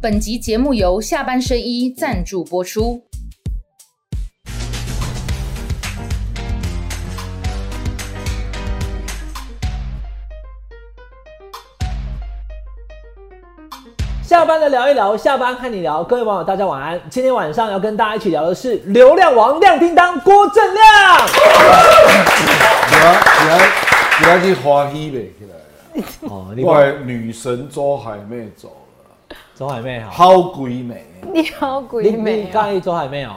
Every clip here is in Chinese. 本集节目由下半身衣赞助播出。下班了聊一聊，下班和你聊，各位网友大家晚安。今天晚上要跟大家一起聊的是流量王亮叮当郭正亮。你要你要你要去花喜袂起来啊！哦，你我的女神周海媚走了，周海媚好，好鬼美！你好你鬼你美刚啊！才周海媚哦，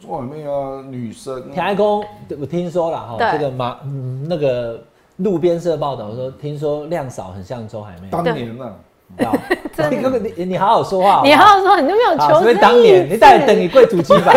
周海媚啊，女神田爱公，我听说了哈，对这个马、嗯、那个路边社报道说，听说亮嫂很像周海媚，当年啊， 你根本你你好好说话好不好你好好说，你都没有啊，求所以生当意年志你带等你贵主机吧，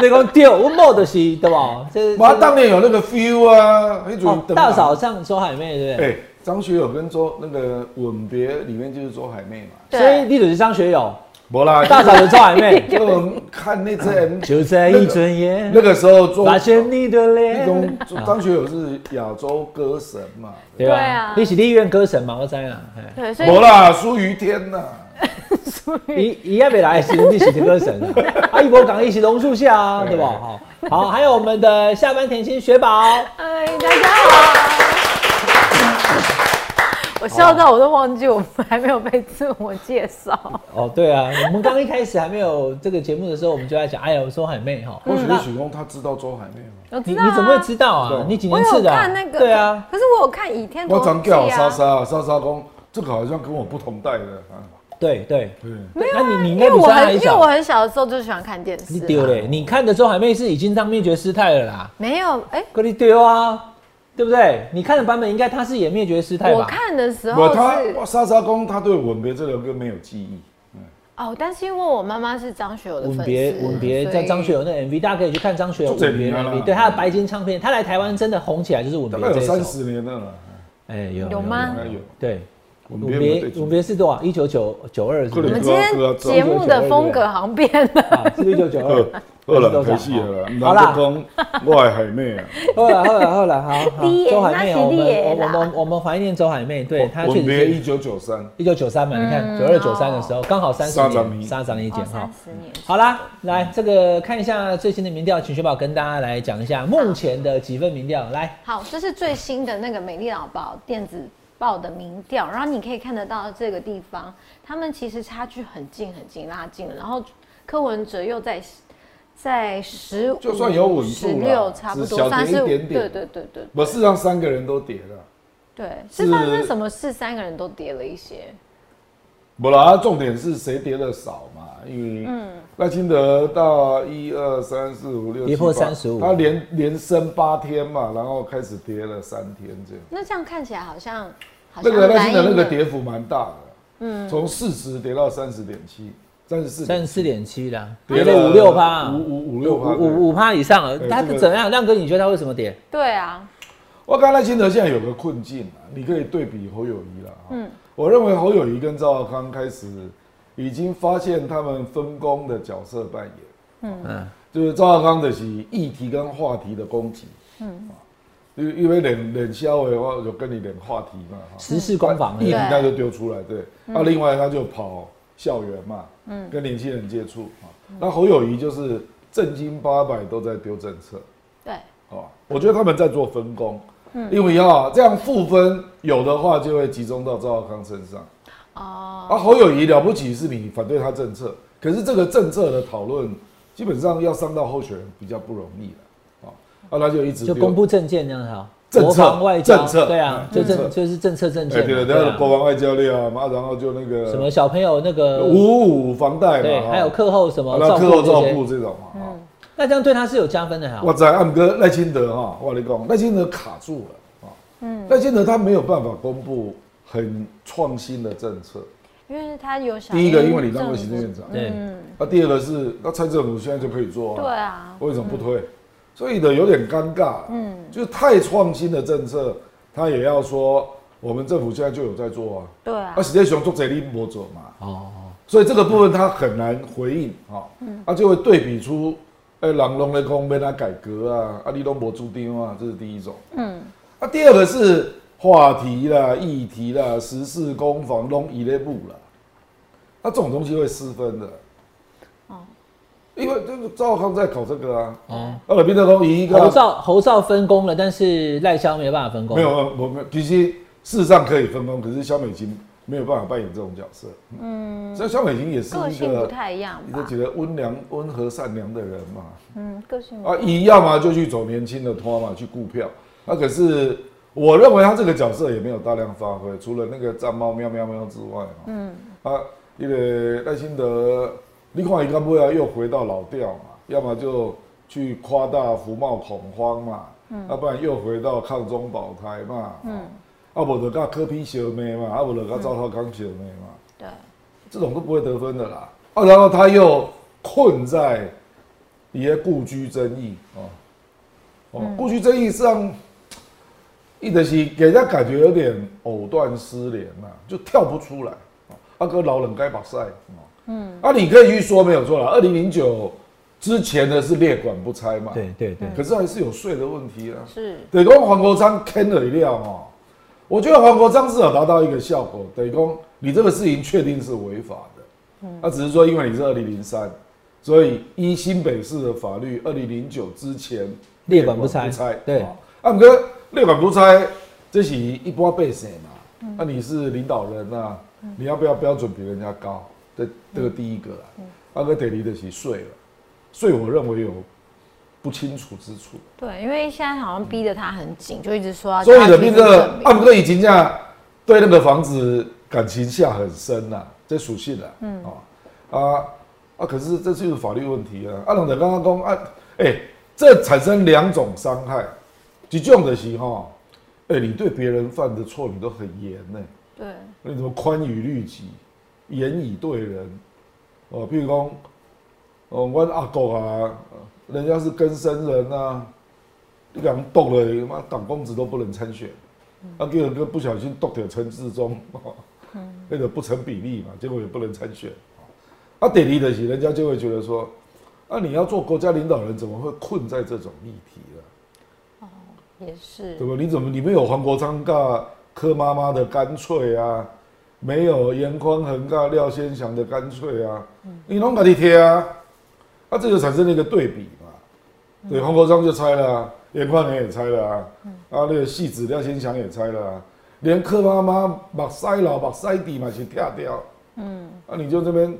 你讲对，我某的是对吧？这我当年有那个 feel 啊，那种哦大嫂像周海媚对不对？哎，张学友跟周那个吻别里面就是周海媚嘛，对所以你就是张学友，没啦，，大嫂的周海媚 因为我们看那只 M，就在一转眼那，个时候周发现你的那脸种。张学友是亚洲歌神嘛，对对啊吧？你是立院歌神嘛？我知啦。 嘿对，所没以啦，苏于天呐，伊伊也未来的时候，你是立歌神 啊！啊，一博港一起榕树下啊，对吧？好，好，还有我们的下班甜心雪 宝，哎，大家好，我笑到我都忘记我们还没有被自我介绍。哦，对啊，我们刚一开始还没有这个节目的时候，我们就在讲，哎呀，我说海媚哈，我觉那得许光他知道周海媚吗？我嗯知你道啊你怎么会知道啊对？你几我年次有的啊、看那个，对啊，，可是我有看《倚天屠我龙常记》叫莎啊，莎，莎莎公，这个好像跟我不同代的啊。对对。对，没有、那你你啊因应该为比我莎很还因为我小。很小的时候就喜欢看电视你啊，丢嘞！你看的周海媚是已经当灭绝师太了啦，没有？哎，可你丢啊，对不对？你看的版本应该她是演灭绝师太吧？我看的时我候他是哇莎莎公，他对吻别这首歌没有记忆。哦，但是因为我妈妈是张学友的吻粉丝，别吻别，所以在张学友那 MV，大家可以去看张学友就这吻别的名啊 MV，对他的白金唱片，他来台湾真的红起来就是吻大别概这有一三首。十年了啦，哎、有有吗应该有。对，吻吻别没对别主吻别是多少？一九九九二是不我我是们？今天节目的风格好像变了，啊，是不是一九 九二？ 二二了，开戏了啦，好男啦的公，我的海妹啊，后来，后来，后来，好，好你的周海媚哦，我那们是你的我我啦们我们怀念周海媚， 对她确吻实别是一九九三，一九九三嘛，你看嗯九二九三的时候刚好三十三十年，年三十年前哈哦三。十年好啦，来这个看一下最新的民调，请雪宝跟大家来讲一下目前的几份民调。来，好，这是最新的那个《美丽老报》电子报的民调，然后你可以看得到这个地方，他们其实差距很近很近拉近了，然后柯文哲又在在十五，就算有稳十住六啦差不只多小三跌十一五，点对点对对对我是让三个人都跌了。对，是是发生什么事？三个人都跌了一些，不啦，重点是谁跌的少嘛，因嗯为赖清德到一二三四五六，跌破七八35他连连升八天嘛，然后开始跌了三天这样。那这样看起来好像好那啊像个赖清德蓝那营个的跌幅蛮大的，嗯，从四十跌到三十点七，三十四，三十四点七啦，跌跌了了五六趴，五五五六趴五五五趴以上了。对他这个怎样？亮哥，你觉得他为什么跌？对啊，我看赖清德现在有个困境啊，你可以对比侯友谊了，嗯，我认为侯友谊跟赵少康开始已经发现他们分工的角色扮演，啊嗯，就是赵少康的是议题跟话题的攻击，嗯，因因为冷冷消的话，我就跟你冷话题嘛，哈时事攻防嗯议题了。对他就丢出来，对。那、另外他就跑校园嘛，嗯，跟年轻人接触啊。那侯友谊就是正经八百都在丢政策，对，哦，我觉得他们在做分工，嗯因为啊这样负分有的话就会集中到赵少康身上。哦、啊，侯友谊了不起是你反对他政策，可是这个政策的讨论基本上要伤到候选人比较不容易了，啊、啊，他就一直就丢公布政见那样哈，政国策防外交，政策对啊，嗯就政策政就是政策政哎，见嘛，对了，对那啊个国防外交力啊，嘛然后就那个什么小朋友那个呃五五房贷对，嘛，哈还有课后什么啊照那课顾后照这顾些，这种嘛，哈那这样对他是有加分的哈我。在暗哥赖清德哈，我跟你讲，赖清德卡住了啊，嗯，赖清德他没有办法公布很创新的政策。因为他有小第一个，因为英你当过行政政院府嗯长，对，那第二个是，那蔡政府现在就可以做啊，对啊，为什么不推？所以呢，有点尴尬，嗯，就是太创新的政策，他也要说我们政府现在就有在做啊，对啊那，史铁雄做贼力没做嘛，哦，所以这个部分他很难回应啊，他就会对比出，哎、人拢在讲要他改革啊，啊，你都没主张啊，这是第一种。嗯，啊，第二个是话题啦、议题啦、时事攻防拢一类步啦，那这种东西会失分的。因为这个赵少康在搞这个啊，哦，尔滨的都赢一个啊、侯少侯少分工了，但是赖萧没有办法分工。没有，没有我们其实事实上可以分工，可是肖美琴没有办法扮演这种角色。嗯，所以肖美琴也是个一性不个，太一样你就吧觉？得温良、温和、善良的人嘛。嗯，个性啊，一要么就去走年轻的托嘛，去顾票。那、可是我认为他这个角色也没有大量发挥，除了那个战猫喵喵喵之外，嗯，啊，因为赖清德，你看一看不要又回到老调嘛，要么就去夸大福茂恐慌嘛，嗯，要、不然又回到抗中保台嘛，嗯，啊，无就甲柯批小妹嘛，啊，无就甲赵少康小妹嘛，对，这种都不会得分的啦。啊，然后他又困在一些故居争议哦，哦，故居争议实际上，一直是给人家感觉有点藕断丝连呐、就跳不出来。阿哥老冷该把赛哦，嗯，啊，你可以去说没有错啦。二零零九之前的是列管不拆嘛，，对对对，可是还是有税的问题啊。是等于讲黄国昌坑了一料哦。我觉得黄国昌至少达到一个效果，等于讲你这个事情确定是违法的，那、只是说因为你是二零零三，所以依新北市的法律，二零零九之前列管不拆对对，啊，哥列管不拆，这是一波被谁嘛？那、你是领导人啊，你要不要标准比人家高？这这个第一个啦，阿哥得离得起税了，税我认为有不清楚之处。对，因为现在好像逼得他很紧，就一直说要所以叫他的那提出个啊证明阿姆哥已经这样对那个房子感情下很深了，这属性了，嗯啊啊啊！可是这就是法律问题啊！阿龙的刚刚讲啊，哎、这产生两种伤害，一种就是哈，哎、你对别人犯的错你都很严呢、对，那什么宽以律己，严以对人，哦，譬如讲，哦，我阿公啊，呃人家是根生人啊，你讲动了，他妈党公子都不能参选，啊，结果不小心动掉陈志忠，哦那个不成比例嘛，结果也不能参选，哦啊，得力的起，人家就会觉得说，啊，你要做国家领导人，怎么会困在这种议题呢、也是对吧？你怎么里面有黄国昌尬柯妈妈的干脆啊，没有严宽恒尬廖先祥的干脆啊，你拢给你贴啊，啊这就产生了一个对比嘛，对，黄国昌就拆了、啊，严宽恒也拆了啊，啊那个戏子廖先祥也拆了啊，连柯妈妈目塞老目塞底嘛是跳掉，嗯，啊你就这边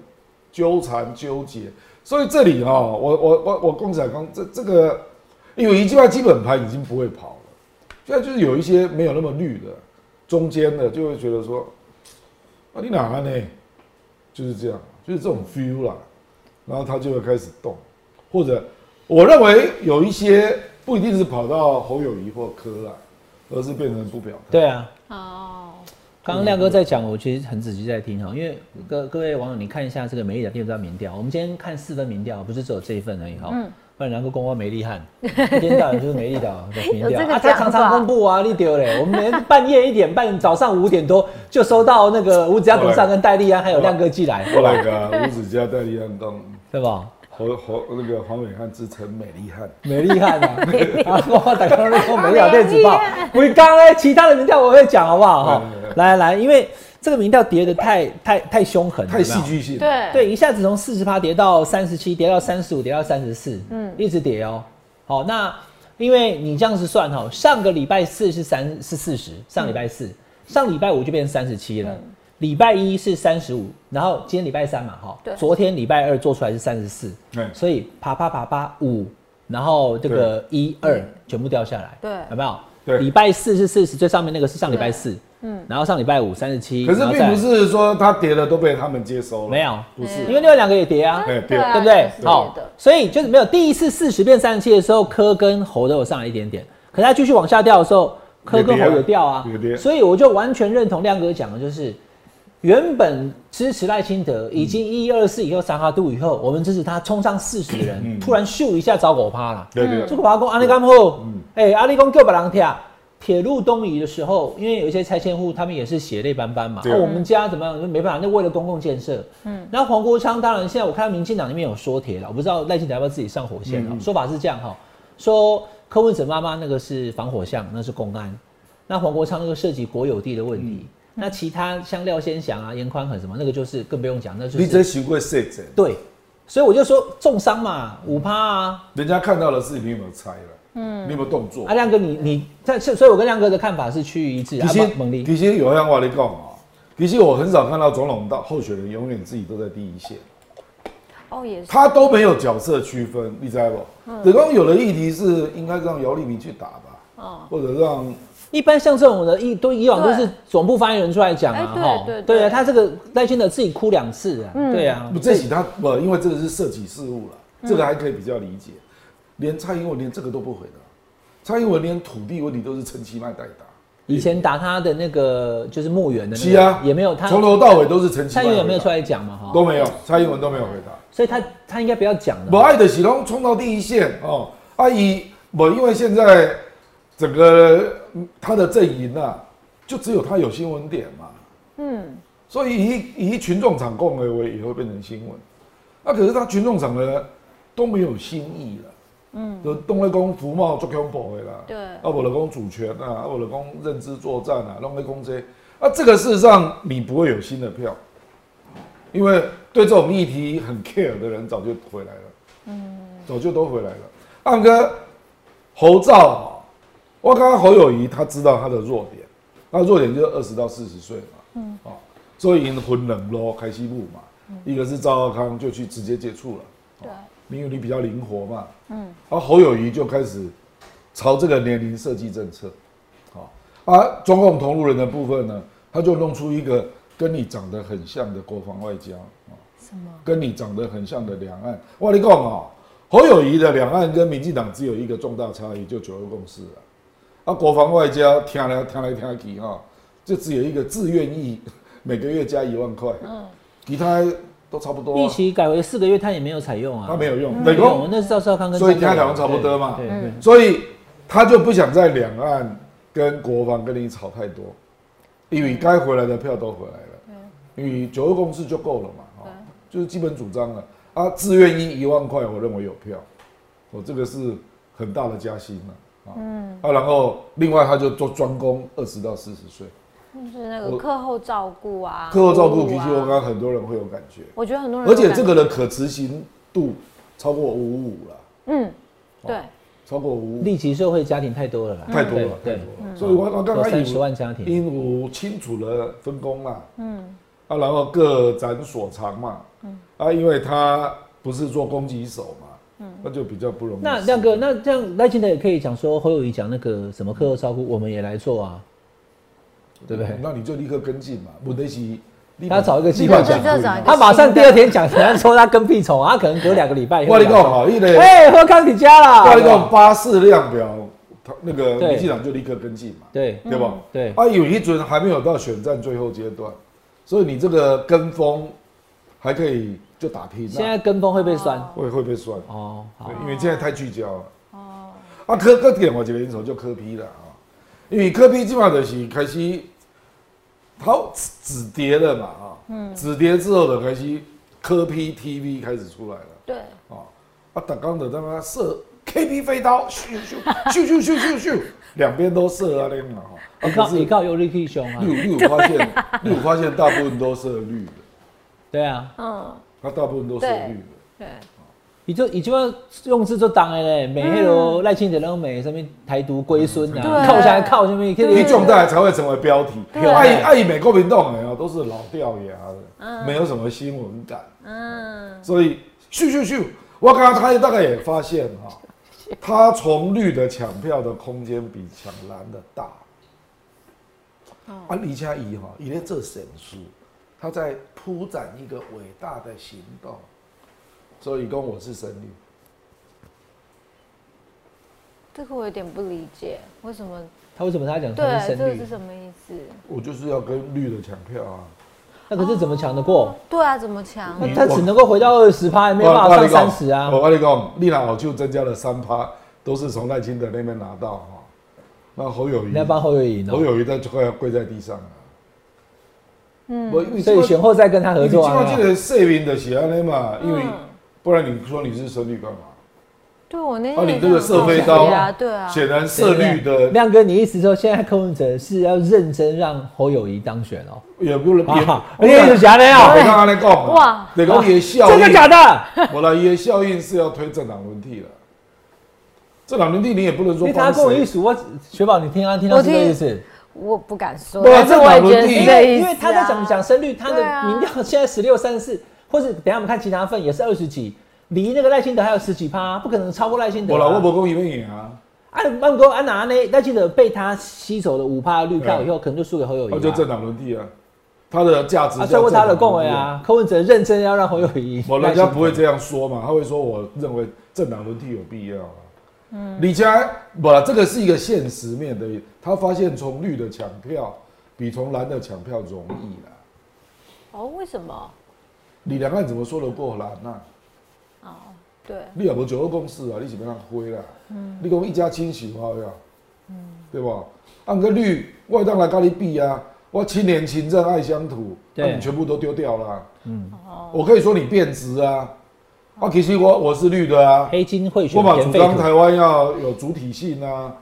纠缠纠结，所以这里哈、我我我我共产刚这这个。因为一句话基本盘已经不会跑了，现在就是有一些没有那么绿的，中间的就会觉得说，啊你哪来呢？就是这样，就是这种 feel 啦，然后他就会开始动，或者我认为有一些不一定是跑到侯友谊或柯啦，而是变成不表态。对啊，哦，刚刚亮哥在讲，我其实很仔细在听哈，哦因为各各位网友，你看一下这个美丽的六张民调，我们今天看四份民调，不是只有这一份而已哈。嗯不然然后公关没厉害，一天到晚就是没力的 民有调这个啊，他讲常常法公布啊，你丢嘞！我们每天半夜一点半，早上五点多就收到那个吴子嘉董事长跟戴丽安还有亮哥寄来，后来个吴子嘉、戴立安当对吧？侯侯那个黄伟汉自称美丽汉，没厉害啊！啊，我打开那个没有电子报，我刚刚其他的民调我会讲好不好哈对对？来来，因为这个民调跌的太太太凶狠，太有没有戏剧性。，对对，一下子从四十趴跌到三十七，跌到三十五，跌到三十四，嗯，一直跌哦。好，那因为你这样子算哈，上个礼拜四是三是四十，上礼拜四，上礼拜五就变成三十七了，礼、拜一是三十五，然后今天礼拜三嘛哈对，昨天礼拜二做出来是三十四对，所以爬爬爬爬五，然后这个一二全部掉下来，对有没有？对礼拜四是四十，最上面那个是上礼拜四，嗯，然后上礼拜五三十七，可是然后并不再是说他跌了都被他们接收了，没有，不是因为另外两个也跌啊，哎对啊对不对也是？好、的所以就是没有第一次四十变三十七的时候，科跟猴都有上来一点点，可是它继续往下掉的时候，科跟猴有掉啊有跌，所以我就完全认同亮哥讲的，就是原本支持赖清德已经一二四以后三哈度以后，我们支持他冲上四十的人，突然咻一下找狗趴了，对对这个华工安利干后，嗯哎，阿里工叫别人听。铁路东移的时候，因为有一些拆迁户，他们也是血泪斑斑嘛。对啊我们家怎么样？没办法，那为了公共建设。嗯。那黄国昌当然，现在我看到民进党里面有说铁了，我不知道赖清德要不要自己上火线嗯了。说法是这样哈，说柯嗯文哲妈妈那个是防火巷，那是公安。那黄国昌那个涉及国有地的问题，那其他像廖先祥啊、严宽很什么，那个就是更不用讲，那就你这是行为谁整？对。所以我就说重伤嘛，五趴啊，人家看到的是你有没有猜了？嗯，你有没有动作啊？亮哥你你，但是所以我跟亮哥的看法是趋于一致啊其，实猛猛力其实有像我你讲啊，其实我很少看到总统到候选人永远自己都在第一线，哦，也是，他都没有角色区分，你知道嗯不？等刚有的议题是应该让姚立明去打哦吧，或者让一般像这种的，以都以往都对是总部发言人出来讲啊，哎对吼对对嗯对啊，他这个赖清德自己哭两次啊，对啊不，这起他不，因为这个是涉及事务了，这个还可以比较理解。连蔡英文连这个都不回答，蔡英文连土地问题都是陈其迈代答，以前打他的那个就是墓园的那是个，啊，也没有他，从头到尾都是陈其蔡迈回答。英文也没有出来嗯讲嘛，哈，都没有，蔡英文都没有回答。所以他他应该不要讲不的。爱的喜龙冲到第一线哦，阿姨，我因为现在整个嗯他的阵营啊，就只有他有新闻点嘛，嗯，所以以以群众场共为为也会变成新闻。那、可是他群众场呢都没有新意了，嗯，就东来公服贸做恐怖的啦，对啊，我老公主权啊，啊我老公认知作战啊，弄来公这，啊，这个事实上你不会有新的票，因为对这种议题很 care 的人早就回来了，嗯，早就都回来了。按哥，侯兆啊，我刚刚侯友谊他知道他的弱点，那弱点就是二十到四十岁嘛，嗯，哦，所以魂冷咯，开西部嘛，一个是赵少康就去直接接触了。对，因为你比较灵活嘛，嗯，而侯友谊就开始朝这个年龄设计政策，好、啊，中共同路人的部分呢，他就弄出一个跟你长得很像的国防外交啊，什么？跟你长得很像的两岸，我跟你讲哦，侯友谊的两岸跟民进党只有一个重大差异，就九二共识了，啊，国防外交听来听来听去哈、就只有一个自愿意 每个月加一万块，嗯，其他都差不多、一啊，起改为四个月，他也没有采用啊，他没有用，没等于说有，那是赵少康跟所张以跟善他良两个差不多嘛对对对所以他就不想在两岸跟国防跟你吵太多，因为该回来的票都回来了，因为九二共识就够了嘛，哦就是基本主张了。啊，自愿一一万块，我认为有票，我这个是很大的加薪了啊。啊，然后另外他就做专攻二十到四十岁，就是那个我课后照顾啊，课后照顾服务的啊确，我刚刚很多人会有感觉，我觉得很多人而有且感这个的可执行度超过五五了，嗯，对，超过五嗯五。立即受惠家庭太多了啦，太多了，太对嗯多对了。所以我我刚有刚三十万家庭因我清楚了分工啦，嗯，啊，然后各展所长嘛，嗯，啊，因为他不是做攻击手嘛，嗯，那就比较不容易。那亮哥，那这样赖清德也可以讲说侯友谊讲那个什么课后照顾，我们也来做啊，对不对？那你就立刻跟进嘛，不得行，嗯立他找一个机会马啊讲立马找一个他马上第二天讲， 人家说他跟屁虫啊，他可能隔两个礼拜以后我讲。跟你讲好，一类，哎，喝康体家我跟你讲啦。哦八四量表，他那个对嗯民进党就立刻跟进嘛，对对吧？对，啊，有一轮还没有到选战最后阶段，所以你这个跟风还可以就打拼啊，现在跟风会被酸会会被酸。哦，好对，，因为现在太聚焦了。哦。啊，科科点我觉得因素就科批了啊，因为科批基本上就是开始，它止跌了嘛啊，嗯，止跌之后的开始科批 TV 开始出来了对，啊，啊，打刚的他妈射 KP 飞刀，咻咻咻咻咻咻咻，两边都射啊那个嘛啊啊，你靠可你是嗯靠尤利克兄啊，六六发现六发现大部分都射绿的，对啊，嗯，他大部分都射绿的。对，你就你就要用字做当的嘞，美迄啰赖清德拢美什么台独龟孙啊，嗯对靠下来靠什么，一种大才会成为标题。对爱爱美国民众的啊，都是老掉牙的，没有什么新闻感，嗯，所以咻咻咻，我刚刚他大概也发现 哈、他从绿的抢票的空间比抢蓝的大。哦啊，李佳怡哈，以前这神书，他在铺展一个伟大的行动，所以跟我是神女。这个我有点不理解，为什么？他为什么他讲他对，是这深个是绿？什么意思？我就是要跟绿的抢票啊！那可是怎么抢得过？对啊，怎么强？嗯那他只能够回到二十趴，没有办法上三十啊我。我跟你讲，立拿好就增加了三趴，都是从赖清德那边拿到哈、那侯友谊你，要帮侯友宜侯哦，友谊在快要跪在地上了。嗯，我因为所以这选后再跟他个合作因为啊这。个社民的喜安尼嘛，因为嗯不然你说你是神女干嘛？对我那啊天你也这是个很射好飞奇刀啊，嗯对啊，显然色绿的亮哥，你意思说现在柯文哲是要认真让侯友谊当选哦？也不能也啊，你也是假的我呀？哎刚刚在讲，哇哇，你讲伊的效应，真的假的？我来伊的效应是要推政党轮替了。政党轮替你也不能说因为他帮跟我一谁，数，我雪宝，你听啊，听到是这个意思？我不敢说，不但是这我也两觉轮得地是因这为意因思、啊。为他在讲讲声率，他的对啊民调现在十六三四，或是等一下我们看其他份也是二十几，离那个赖清德还有十几趴，不可能超过赖清德我啊。来我不讲伊要赢啊，按曼哥安拿啊呢，赖清德被他吸走了五趴绿票以后，可能就输给侯友谊那啊。就政党轮替啊，他的价值啊，叫算过他的政党共轮位替。啊，柯文哲认真要让侯友谊。我人家不会这样说嘛，他会说我认为政党轮替有必要啊。嗯，李家不啦，这个是一个现实面的，他发现从绿的抢票比从蓝的抢票容易啦。哦，为什么？你两岸怎么说得过蓝呢、啊？哦，对，你也无九二共识啊，你是要让灰啦。嗯，你讲一家亲喜好呀，嗯，对吧？按个绿，我当来跟你比啊，我七年勤政爱乡土，那、对嗯你全部都丢掉啦。哦，我可以说你变质啊，啊，其实我我是绿的啊，黑金贿选我把填主废张土。台湾要有主体性啊。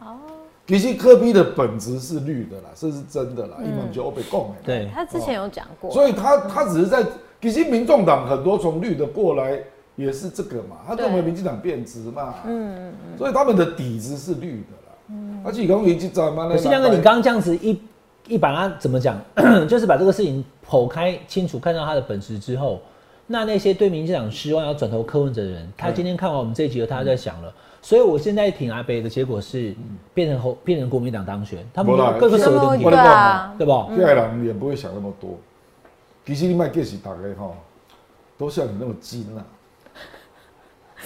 其实科比的本质是绿的啦，这是真的啦，一本就欧北共哎。对，他之前有讲过，所以他他只是在，其实民众党很多从绿的过来也是这个嘛，他认为对民进党变质嘛，嗯，所以他们的底子是绿的啦。嗯，而且讲已经咱们可是亮哥，你刚刚这样子一一把它怎么讲， 就是把这个事情剖开清楚，看到它的本质之后，那那些对民进党失望要转投柯文哲的人，他今天看完我们这一集后，他在想了。所以我现在挺阿北的结果是变成侯变成国民党当选，他们嗯没啦各个手那么问题我对，啊，对吧？现在人也不会想那么多，其实你卖电视打开哈，都像你那么精啊。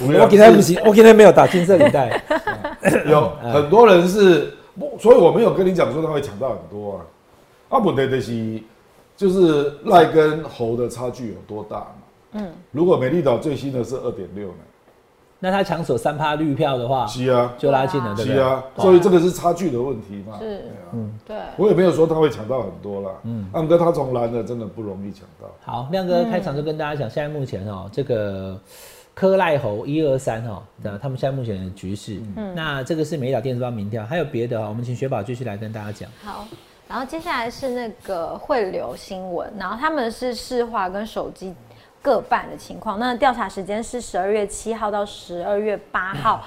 我给他不行，我给他没有打进这里带。 有嗯哎很多人是，不所以我没有跟你讲说他会抢到很多啊。啊，不对的是，就是赖跟猴的差距有多大嘛？嗯，如果美丽岛最新的是二点六呢，那他抢走三趴绿票的话，是啊，就拉近了，对不是对？啊，所以这个是差距的问题嘛。是对啊对，我也没有说他会抢到很多啦。嗯，按哥他从蓝的真的不容易抢到。好，亮哥开场就跟大家讲，现在目前嗯哦、这个科赖侯一二三哦，那他们现在目前的局势，嗯那这个是美岛电视报民调，还有别的哦、我们请雪宝继续来跟大家讲。好。然后接下来是那个汇流新闻，然后他们是市话跟手机各半的情况。那调查时间是十二月七号到十二月八嗯号。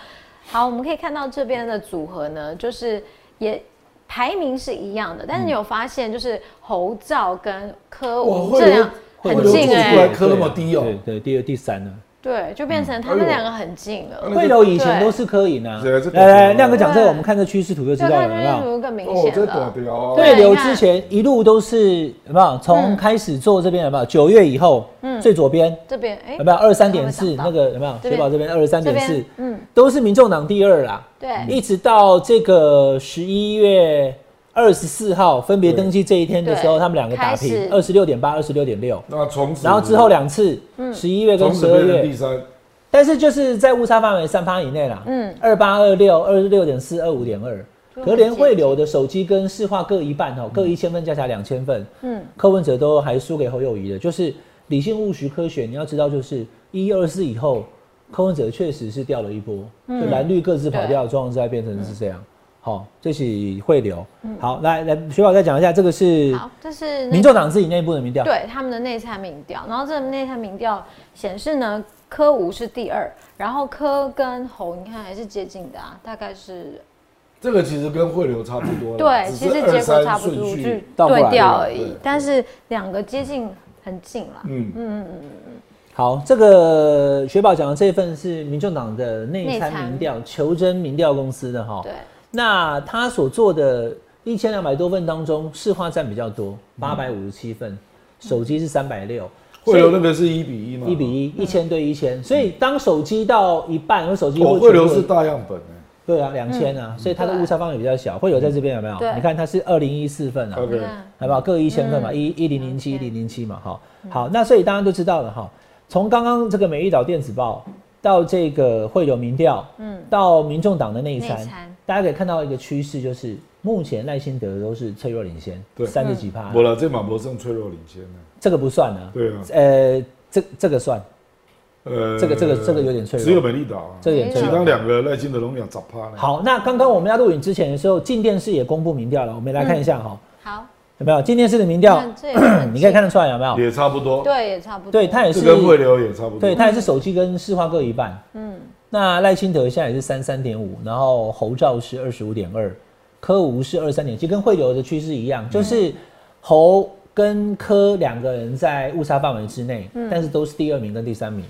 好，我们可以看到这边的组合呢，就是也排名是一样的，但是你有发现就是侯照跟柯文哇这样会有很会有近做嗯哎、出来科那么低哦对对，第二第三呢？对，就变成他哎们呦两个很近了。那惠个楼以前都是科赢啊对这。个来来，亮哥讲这个，对我们看这趋势图就知对，道看了，有没就是有？图更明哦，显这大了。条啊！对，对嗯流你看之前一路都是有没有？从开始做这边有没有？九月以后，嗯最左边这边哎有，没有二三点四会？长那到个有没有？这雪边宝这边二十三点四，嗯，都是民嗯众党第二啦。对，一直到这个十一月二十四号分别登记这一天的时候，对他们两个打平，二开嗯十六点八、二十六点六，那从此然后之后两次，十一月从跟此十二变成第月，三，但是就是在误差范围三趴以内啦，嗯，二八二六、二十六点四、二五点二。可连汇流的手机跟市话各一半哦，各一千份加起来两千份，嗯，柯文哲都还输给侯友谊的，就是理性务实科学，你要知道就是一二四以后，柯文哲确实是掉了一波，就蓝绿各自跑掉的状况之下变成是这样。好，这是汇流。好，来来，雪宝再讲一下，这个是好，这是那民众党自己内部的民调。对他们的内参民调，然后这内参民调显示呢，科吴是第二，然后科跟侯你看还是接近的啊，大概是这个其实跟汇流差不多啦。对，只其实是结果23差不多顺就序倒过来对调了而对已对，但是两个接近很近啦。嗯嗯，好，这个雪宝讲的这份是民众党的内参内参民调，求真民调公司的哈。对，那他所做的一千两百多份当中，市话占比较嗯多，八百五十七份，手机是三百六，汇流那个是一比嗯一嘛，一比一，一千对一千，所以当手机到一半，或手机哦，或汇流是大样本哎、对啊，两千啊，所以它的误差范围比较小。会有在这边有没有？嗯对你看它是二零一四份啊， o 你 k 看，好不好？各一千份嘛，一一零零七一零零七嘛，哈。好，那所以大家都知道了哈。从刚刚这个美丽岛电子报到这个汇流民调，嗯，到民众党的内参内参，大家可以看到一个趋势，就是目前赖清德都是脆弱领先，对三十几趴没，了，这马博胜脆弱领先呢、啊啊这个不算呢。对啊呃，这这个算，呃这个这个这个有点脆弱只有美丽岛啊，这个也没脆其弱有。他两个赖清德、龙两十趴呢。好，那刚刚我们要录影之前的时候，进电视也公布民调了，我们来看一下哈、好，有没有进电视的民调？嗯看这也很你可以看得出来有没有？也差不多，对，也差不多。对，他也这是，跟汇流也差不多。对他也是手机跟市话各一半。嗯，那赖清德现在也是三三点五，然后侯兆是二十五点二，柯吴是二三点，其实跟汇流的趋势一嗯样，就是侯跟柯两个人在误差范围之内，嗯但是都是第二名跟第三名。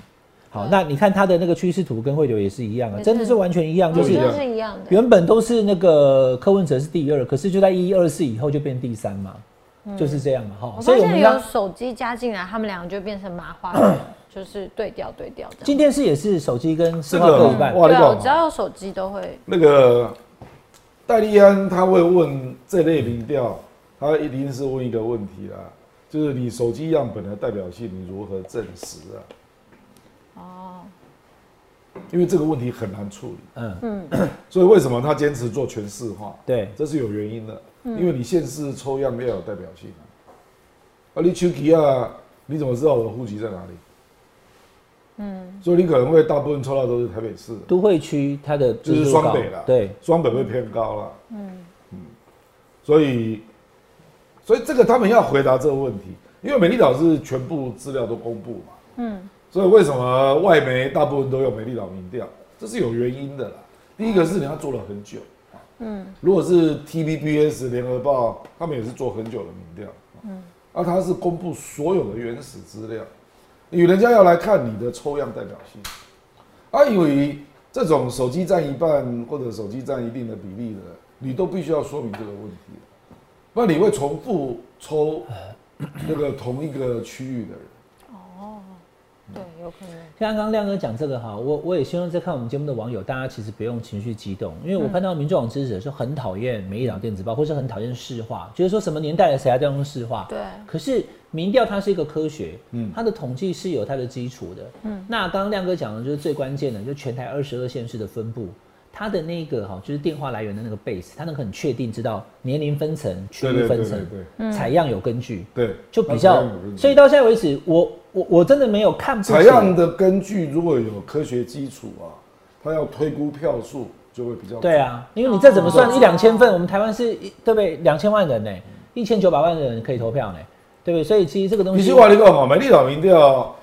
好，那你看他的那个趋势图跟汇流也是一样啊，也是真的是完全一样，就我是觉得是一样的。原本都是那个柯文哲是第二，可是就在一二四以后就变第三嘛，就是这样嘛哈。嗯我发现有刚手机加进来，他们两个就变成麻 花人，就是对调对调的。今天是也是手机跟市话这个各一半，哇对你啊，懂我只要有手机都会。那个戴利安他会问这类民调，他一定是问一个问题啦，就是你手机样本的代表性你如何证实啊？哦，因为这个问题很难处理，嗯，所以为什么他坚持做全市化？对，这是有原因的，因为你县市抽样要有代表性啊。啊，你丘吉亚，你怎么知道我的户籍在哪里？嗯，所以你可能会大部分抽到都是台北市的，啊都会区它的知就是名度双高北啦，对，，双北会偏高啦。嗯所以，所以这个他们要回答这个问题，因为美丽岛是全部资料都公布嘛，嗯，所以为什么外媒大部分都用美丽岛民调，这是有原因的啦。第一个是你要做了很久，嗯，如果是 TVBS、联合报，他们也是做很久的民调，嗯，啊，它是公布所有的原始资料，与人家要来看你的抽样代表性，啊，因为这种手机占一半或者手机占一定的比例的，你都必须要说明这个问题，不然你会重复抽那个同一个区域的人。对，有可能。像刚刚亮哥讲这个哈，我我也希望在看我们节目的网友，大家其实不用情绪激动，因为我看到民众党支持者就很讨厌美丽岛电子报，或是很讨厌市话，觉得说什么年代了谁还在用市话？对可是民调它是一个科学，嗯嗯，它的统计是有它的基础的，嗯。那刚刚亮哥讲的就是最关键的，就全台二十二县市的分布。它的那个哈，就是电话来源的那个 base，它能很确定知道年龄分层、区域对对对分层对对、采样有根据，对，就比较那采样有根。据所以到现在为止，我我我真的没有看不出采样的根据如果有科学基础啊，他要推估票数就会比较对啊，因为你这怎么算哦一两千份？我们台湾是一对不对？两千万人呢、一千九百万人可以投票呢、对不对？所以其实这个准。东你西是，话你讲嘛，美丽岛民调，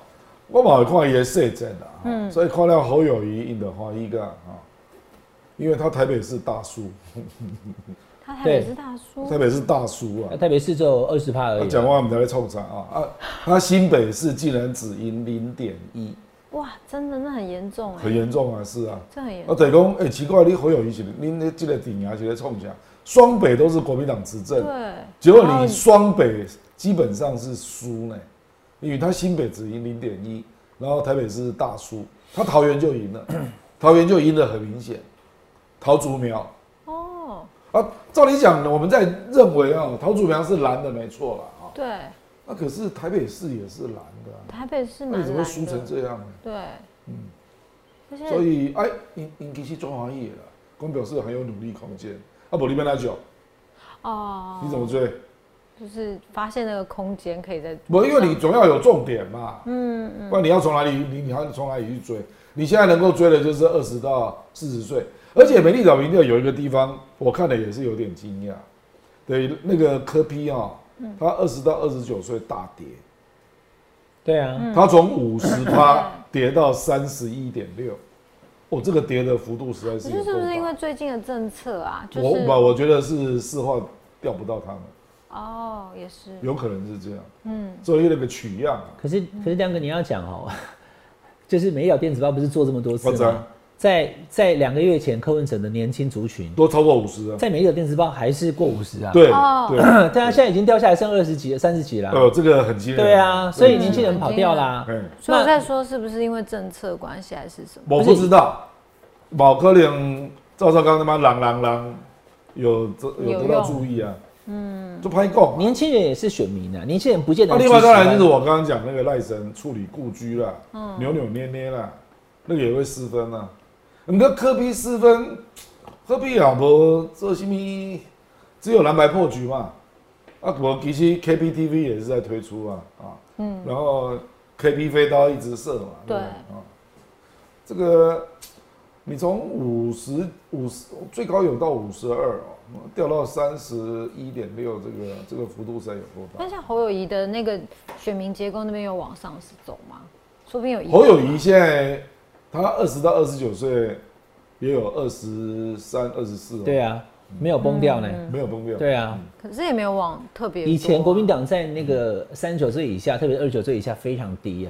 我嘛有看伊的设阵啦，嗯，所以看了侯友谊赢的欢喜个啊，因为他台北是大叔，他台对北是大叔台，北是大叔啊呃那，台北市只有二十趴而他已讲啊。话我们在冲啥啊啊，他新北市竟然只赢零点一，哇，真的那很严重哎很，严重啊，是啊。这很严啊，。等于讲，哎、奇怪，你侯友谊是恁咧这个顶牙是咧冲啥？双北都是国民党执政，对，结果然后你双北基本上是输呢，因为他新北只赢零点一，然后台北是大输，他桃园就赢了， 桃园就赢得很明显，桃竹苗哦，啊，照理讲，我们在认为啊、桃竹苗是蓝的没错了啊，对，那、可是台北市也是蓝的、啊，台北是那蛮你怎么蓝输成的。这样呢？对，嗯，所以哎，引引其实中华裔了，光表示很有努力空间，啊，不，你边来讲，哦，你怎么追？就是发现那个空间可以在不，因为你总要有重点嘛。嗯嗯。不然你要从哪里，你你要从哪里去追？你现在能够追的就是二十到四十岁，而且美丽岛民调有一个地方，我看了也是有点惊讶，对那个科批啊、嗯他二十到二十九岁大跌，对啊，嗯他从五 十趴跌到三十一点六，哦，这个跌的幅度实在我是觉有得是不够是因为大。最近的政策啊？就我是我我觉得是四化钓不到他们，哦，也是有可能是这样，嗯，所以那个取样啊，可是可是亮哥你要讲哦， 就是美岛电子报不是做这么多次我知道吗？在在两个月前，柯文哲的年轻族群都超过五十啊，在美岛电子报还是过五十啊？对哦对。对啊，现在已经掉下来剩二十几、三十几了。哦，这个很惊人。对啊，所以年轻人跑掉啦。嗯，所以我那在说是不是因为政策关系还是什么？我不知道，某可能赵少康他妈狼狼狼有得有得有到用注意啊，嗯，就拍够。年轻人也是选民啊，年轻人不见得那有支哦另持外啊。当然就是我刚刚讲那个赖神处理故居啦，扭扭捏捏啦，那个也会失分啊。你跟科比失分，科比也无做什么，只有蓝白破局嘛。啊，我其实 KPTV 也是在推出啊，啊，然后 KP 飞刀一直射嘛，不对啊，这个你从五十五十最高有到五十二哦，掉到三十一点六，这个这个幅度实在有多大那？像侯友谊的那个选民结构那边有往上是走吗？说不定有移动侯友吧谊现在他二十到二十九岁，也有二十三、二十四，哦对，啊，没有崩掉呢。没有崩掉，对啊，可是也没有往特别多啊。以前国民党在那个三十九岁以下，特别二十九岁以下非常低啊。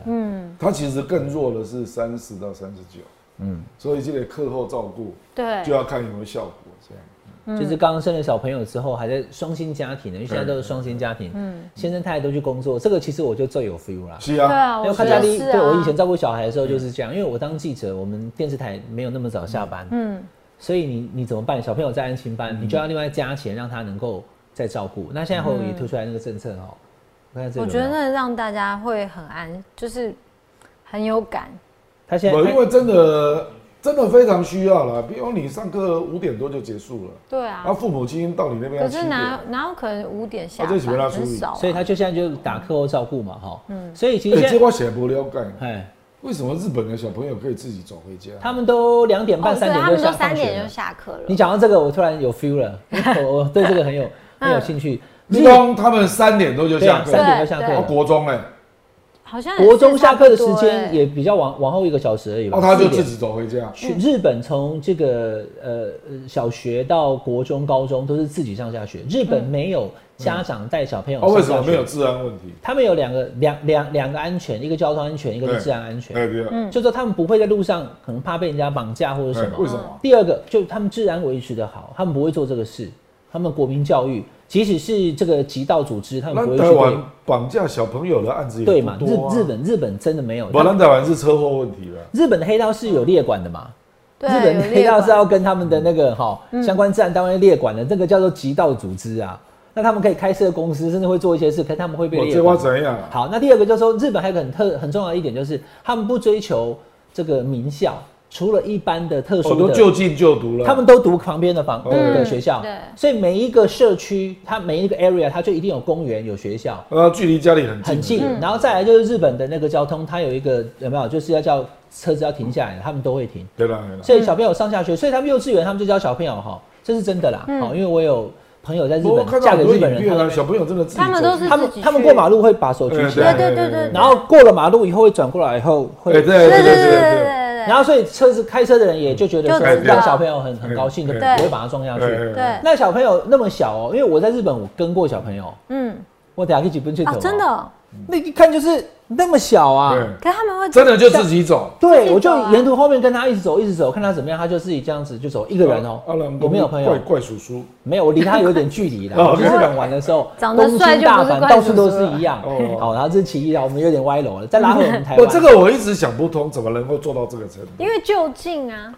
他其实更弱的是三十到三十九，嗯，所以这个课后照顾对就啊要看有没有效果，这样。就是刚刚生了小朋友之后，还在双薪家庭呢，因为现在都是双薪家庭，先生太太都去工作，这个其实我就最有 feel 啦。是对啊，啊，因为我觉看家得里，是啊。对我以前照顾小孩的时候就是这样，因为我当记者，我们电视台没有那么早下班，嗯所以你你怎么办？小朋友在安亲班，你就嗯要另外加钱让他能够再照顾。那现在侯友谊推出来那个政策哦，我看这嗯有我没觉有得那让大家会很安，就是很有感。他现在我因为他真的真的非常需要啦，比如你上课五点多就结束了，对然后哦啊，父母亲到你那边要可七是点哎哪哪有可能五点下啊这班？是没拉出很力少啊。嗯所以他就现在就打课后照顾嘛，哈，所以其实哎，这现在我写不了解，哎，为什么日本的小朋友可以自己走回家？他们都两点哦，半、对，三点他就们下都放三学点了就。下课了。你讲到这个，我突然有 feel 了，我我对这个很 有很嗯有兴趣。日工他们三点多就对下啊，课，三点就下对课啊了。国中哎、好像也国中是下差课的不时多欸间也比较往往后一个小时而已吧。哦，他就四点自己走回家。嗯去日本从这个呃呃小学到国中、高中都是自己上下学。日嗯本没有家长带小朋友嗯哦，为上什下么没有学，治安问题？他们有两个两两两个安全，一个交通安全，一个是治安安哎，全。对啊，嗯就说他们不会在路上可能怕被人家绑架或者什哎么为。什嗯么？第二个就他们治安维持的好，他们不会做这个事。他们国民教育，即使是这个极道组织，他们不那会台去对湾绑架小朋友的案子也对嘛？不多啊日日，本日本真的没有。不，那台湾是车祸问题了。日本的黑道是有列管的嘛？对日本的有黑列道是管嗯要跟他们的那个哈、相关治安单位列管的，这个叫做极道组织啊。那他们可以开设公司，甚至会做一些事，可是他们会被我列这话管。怎样啊？好，那第二个就是说，日本还有一个很特很重要的一点，就是他们不追求这个名校，除了一般的特我殊哦都的，就近就读了。他们都读旁边的房、嗯的学校，对所以每一个社区，它每一个 area，它就一定有公园、有学校，呃，距离家里很近，很近。嗯然后再来就是日本的那个交通，它有一个有没有，就是要叫车子要停下来，他们都会停。对啦，对啦。所嗯以小朋友上下学，所以他们幼稚园他们就教小朋友哈，这是真的啦，嗯好、因为我有朋友在日我本看到嫁给很多日本影人，片他啊，们小朋友真的自己他们走都是他自们己他们去过马路会把手举起对来，对对对，然后过了马路以后会转过来以后会，哎，对对对对对对对对对对。对然后所以车子开车的人也就觉得就说知道让小朋友很很高兴，就对不对会把他撞下对去。对对，那小朋友那么小哦，因为我在日本我跟过小朋友，嗯我等下可以几分去啊，真的哦，那一看就是那么小啊。对可是他们会真的就自己走，对，自己我就走啊沿途后面跟他一直走，一直走，看他怎么样，他就自己这样子就走，一个人哦阿兰，有没有朋友啊怪？怪叔叔，没有，我离他有点距离啦。哦我去日本玩的时候，长得帅就不大是阪怪到叔啊处都叔是了一样。哦好，然后这是其一啦，我们有点歪楼了。再拉回我们台 我湾，这个我一直想不通，怎么能够做到这个程度？因为就近啊，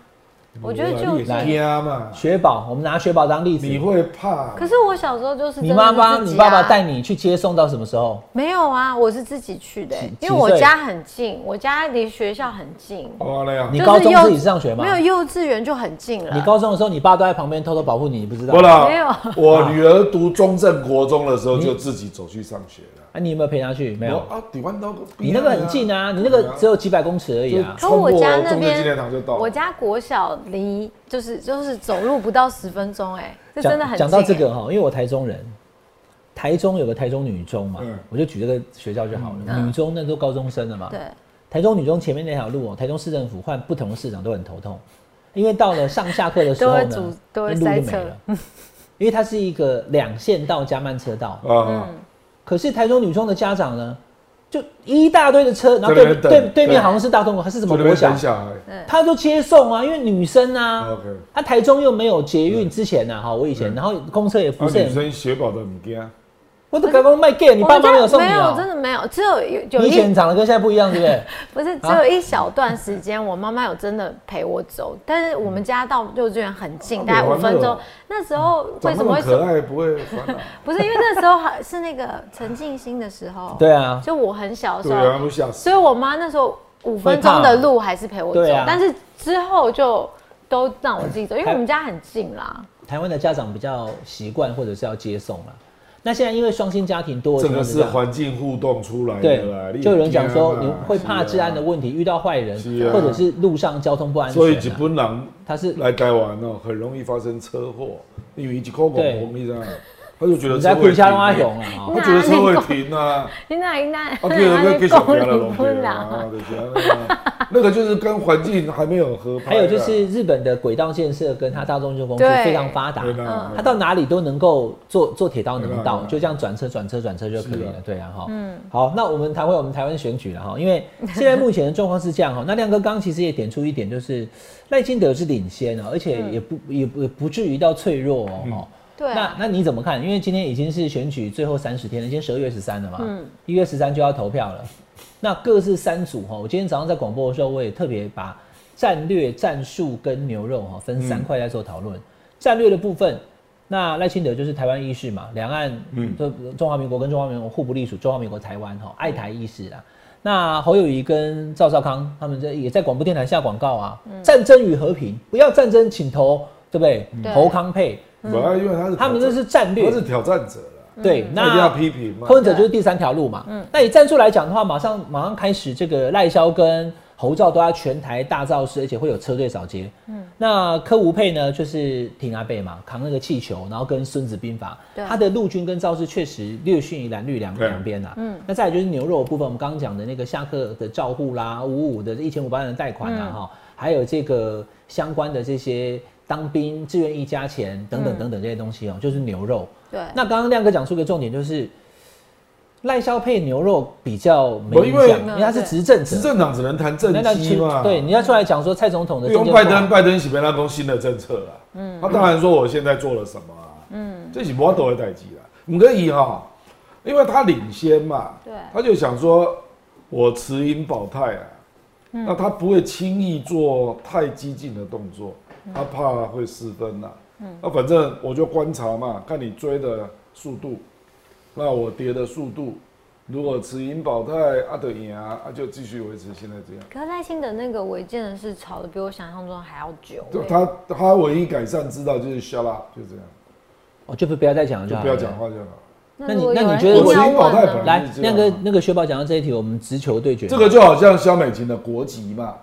我觉啊得就你近。家嘛，雪宝，我们拿雪宝当例子。你会怕？可是我小时候就是你真的妈是妈、自己你爸爸啊带你去接送到什么时候？没有啊，我是自己去的欸、几因为我几岁家很近，我家离学校很近，哦那样你，就是高中幼自己上学吗没？有幼稚啊园就很近了。你高中的时候，你爸都在旁边偷偷保护你，你不知道我？啦没有，我女儿读中正国中的时候就自己走去上学了。啊，你有没有陪他去？没我有。啊，底湾刀，你那个很近啊，你那个只有几百公尺而已啊。可我家冲那过中正纪念堂就边到，了我家国小离就是就是走路不到十分钟、哎，这真的很近、欸讲到这个哈，因为我台中人，台中有个台中女中嘛嗯，我就举这个学校就好了。女中那都高中生了嘛嗯哎，对，台中女中前面那条路哦，台中市政府换不同的市长都很头痛，因为到了上下课的时候 都会呢堵，都会那路就塞没车了， 因为它是一个两线道加慢车道。啊，嗯可是台中女中的家长呢，就一大堆的车，然后在那对边等对对对面好像是大东还是什怎么么国会小等，小孩？嗯他就接送啊，因为女生啊 OK，啊台中又没有捷运之前啊，哈，我以前，然后公车也不啊，是女很，生血宝的物件，我的刚刚卖 gay，你我爸们妈家没有送你哦没有，真啊？的没有，只有有有你以前一长得跟现在不一样，对 不对？不是只啊有一小段时间，我妈妈有真的陪我走，但是我们家到幼稚园很近，大概好五分玩钟哦。那时候为长什那么么会可爱，不会烦 恼。不是因为那时候还是那个陈静心的时候，对啊，就我很小的时对候，啊，会吓死。所以我妈那时候五分钟的路还是陪我走，对啊但是之后就都啊让我自己走，因为我们家很近啦。台湾的家长比较习惯或者是要接送啦。那现在因为双薪家庭多了，这个就是样环境互动出来对的啦。你，就有人讲说怕你会怕治安的，是问题，遇到坏人是啊，或者是路上交通不安啊全所以日啊，本人他是来台湾哦，很容易发生车祸，因为一口口对红，你知道吗，他就觉得你在车会故乡停阿雄啊，哦他觉得车会停 啊，你哪一 哪？ 啊，对啊，那给小朋友弄不对啊，就是安 啊那个就是跟环境还没有合拍啊。还有就是日本的轨道建设跟它大众运输工具对非常发达对，啊啦，它到哪里都能够坐坐铁道能对到，啦就这样转车转车转车就可以是了啊，对啊哈。好，那我们谈回我们台湾选举了哈，因为现在目前的状况是这样哈。那亮哥刚刚其实也点出一点，就是赖清德是领先啊，而且也不也不也不至于到脆弱哦。嗯哈对啊那，那你怎么看？因为今天已经是选举最后三十天了，今天十二月十三了嘛，嗯一月十三就要投票了。那各自三组哈，我今天早上在广播的时候，我也特别把战略、战术跟牛肉哈分三块在做讨论。战略的部分，那赖清德就是台湾意识嘛，两岸嗯就中华民国跟中华民国互不隶属，中华民国台湾哈，爱台意识啊。那侯友谊跟赵少康他们这也在广播电台下广告啊，嗯战争与和平，不要战争，请投对不对？对侯康配。不啊，因为他是他们这挑是战略他，是挑战者了，对，那一定要那批评嘛柯。文哲就是第三条路嘛。那以战术来讲的话，马上马上开始这个赖萧跟侯兆都要全台大造势，而且会有车队扫街。那柯吴佩呢，就是挺阿贝嘛，扛那个气球，然后跟孙子兵法对，他的陆军跟造势确实略逊于蓝绿两对两边啊。那再来就是牛肉的部分，我们刚刚讲的那个下课的照护啦，五五的一千五百万的贷款啊，哈、还有这个相关的这些当兵志愿役加钱等等等等这些东西哦、就是牛肉。对，啊那刚刚亮哥讲出一个重点，就是赖萧配牛肉比较没不影因为响，因为他是执政者，执政党只能谈政那那绩嘛，对，你要出来讲说蔡总统的因政见为拜不登好拜登喜欢那公新的政策啦，嗯，他当然说我现在做了什么啊，嗯，这是我都会代际啦，唔可以哈，因为他领先嘛，对啊他就想说我持盈保泰啊，那他不会轻易做太激进的动作，他怕会失分呐、那反正我就观察嘛，看你追的速度，那我跌的速度，如果持盈保泰啊就赢啊，啊就继续维持现在这样。可是赖清德那个违建的事吵得比我想象中还要久、就欸他他唯一改善之道就是 shut up，就这样，哦，就不不要再讲了，就不要讲。话就好。那你如果有那你人觉得硬我要持盈保问泰呢本来来是，这样亮啊哥，那个雪宝讲到这一题，我们直球对决。这个就好像萧美琴的国籍嘛，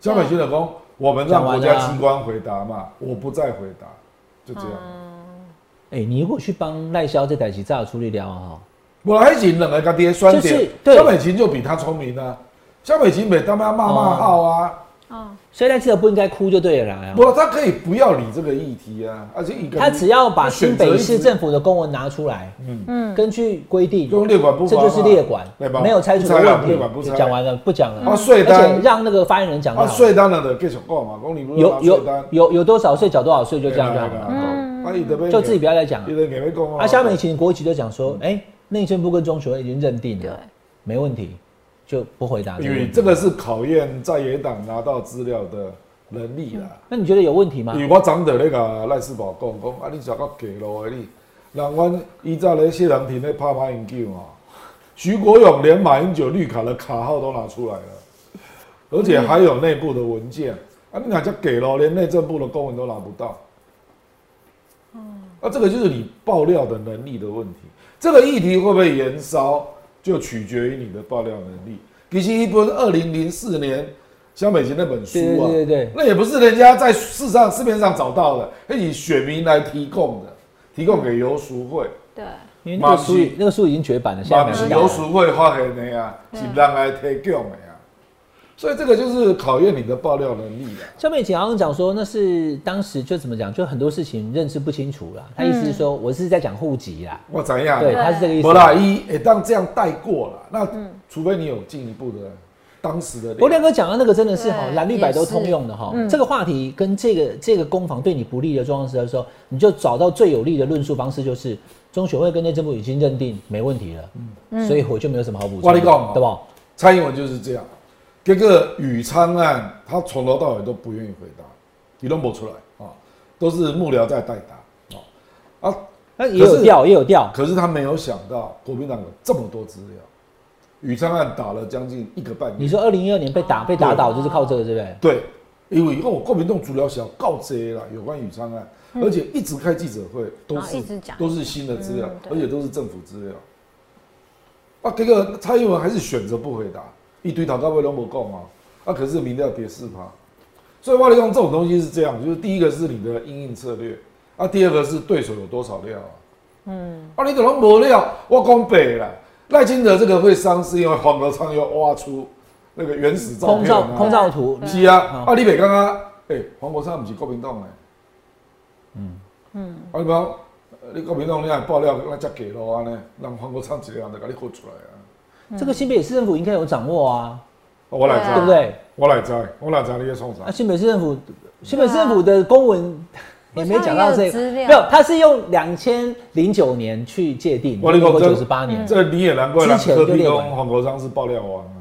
萧美琴的公，我们让国讲家完了啊机关回答嘛，我不再回答，就这样。哎、你如果去帮赖萧这台棋，照处理掉啊我还请两个他爹酸就是点，对萧美琴就比他聪明啊。萧美琴每当他骂骂号啊，哦，哈，所以赖清德不应该哭就对了啦。不，他可以不要理这个议题啊，而且一个他只要把新北市政政府的公文拿出来，嗯嗯，根据规定，用列管不这罚嘛就是列管对吧？，没有拆除的不啊列管问不题。拆讲完了，不讲了。啊税单而且让那个发言人讲就啊，好了。税单了的继续讲嘛，讲你如果有拿税有单，有有多少税缴多少税，就这样就好对啦了。对啦啊，伊就就自己不要，要再讲伊了。就硬要讲啊，萧美琴国旗就讲说，哎，内政部跟中学会已经认定对了，没问题，就不回答这因个为问这题。个是考验在野党拿到资料的能力啦。那你觉得有问题吗因？为我昨得那个赖世宝讲讲，啊，你食到假路的你，人阮以前咧谢长廷咧拍马英九啊，徐国勇连马英九绿卡的卡号都拿出来了，而且还有内部的文件，啊，你哪叫假路，连内政部的公文都拿不到。啊，这个就是你爆料的能力的问题。这个议题会不会延烧，就取决于你的爆料能力。其实一本二零零四年萧美琴那本书啊，对对对对那也不是人家在市上市面上找到的，是以选民来提供的，提供给游淑会，对啊因为那个马书屁那个书已经绝版嗯了，现在嘛买不不是到游了。淑会发现的呀、啊，是人来提供的呀、所以这个就是考验你的爆料能力啊了、萧美琴好像讲说，那是当时就怎么讲，就很多事情认识不清楚啦。他意思是说，我是在讲户籍啦，我怎样？对，他是这个意思不。啊啦，一也当这样带过了，那除非你有进一步的当时的了解。不过亮哥讲到那个真的是哈，对蓝绿白都通用的哈。这个话题跟这个这个攻防对你不利的状况的时候，你就找到最有利的论述方式，就是中选会跟内政部已经认定没问题了，所以我就没有什么好补充我的，跟你讲哦对吧？蔡英文就是这样，这个宇昌案，他从头到尾都不愿意回答，你都不出来啊、都是幕僚在代答啊、啊！那哎也有调，也有调，可是他没有想到国民党有这么多资料，宇昌案打了将近一个半你年，说二零一二年被打被打倒就是靠这个，对不对？对，因为我国民党主要想告这啦，有关宇昌案，而且一直开记者会，都嗯然后是一直讲都是新的资料嗯，对而且都是政府资料。啊，这个蔡英文还是选择不回答，一堆讨告会都不够嘛。啊，可是民调跌四趴，所以外力用这种东西是这样，就是第一个是你的应应策略，啊，第二个是对手有多少料啊。嗯，啊，你都拢无料，我讲白啦，赖清德这个会伤，是因为黄河昌又挖出那个原始照空片照啊空照图，是啊，啊，你袂讲啊，诶，黄国昌毋是国民党诶，嗯嗯，啊，你讲，呃你国民党你若爆料，咱遮给咯安尼，人黄国昌一个人就甲你豁出来啊，这个新北市政府应该有掌握啊，我来对啊对不知，对？我来知，我来知你在创啥那、，啊新北市政府，新北市政府的公文啊也没讲到这个，我上面有资料没有，他是用两千零九年去界定，我跟你讲九十八嗯年，这你也难怪人嗯之前科就比列讲完黄国昌是爆料王啊，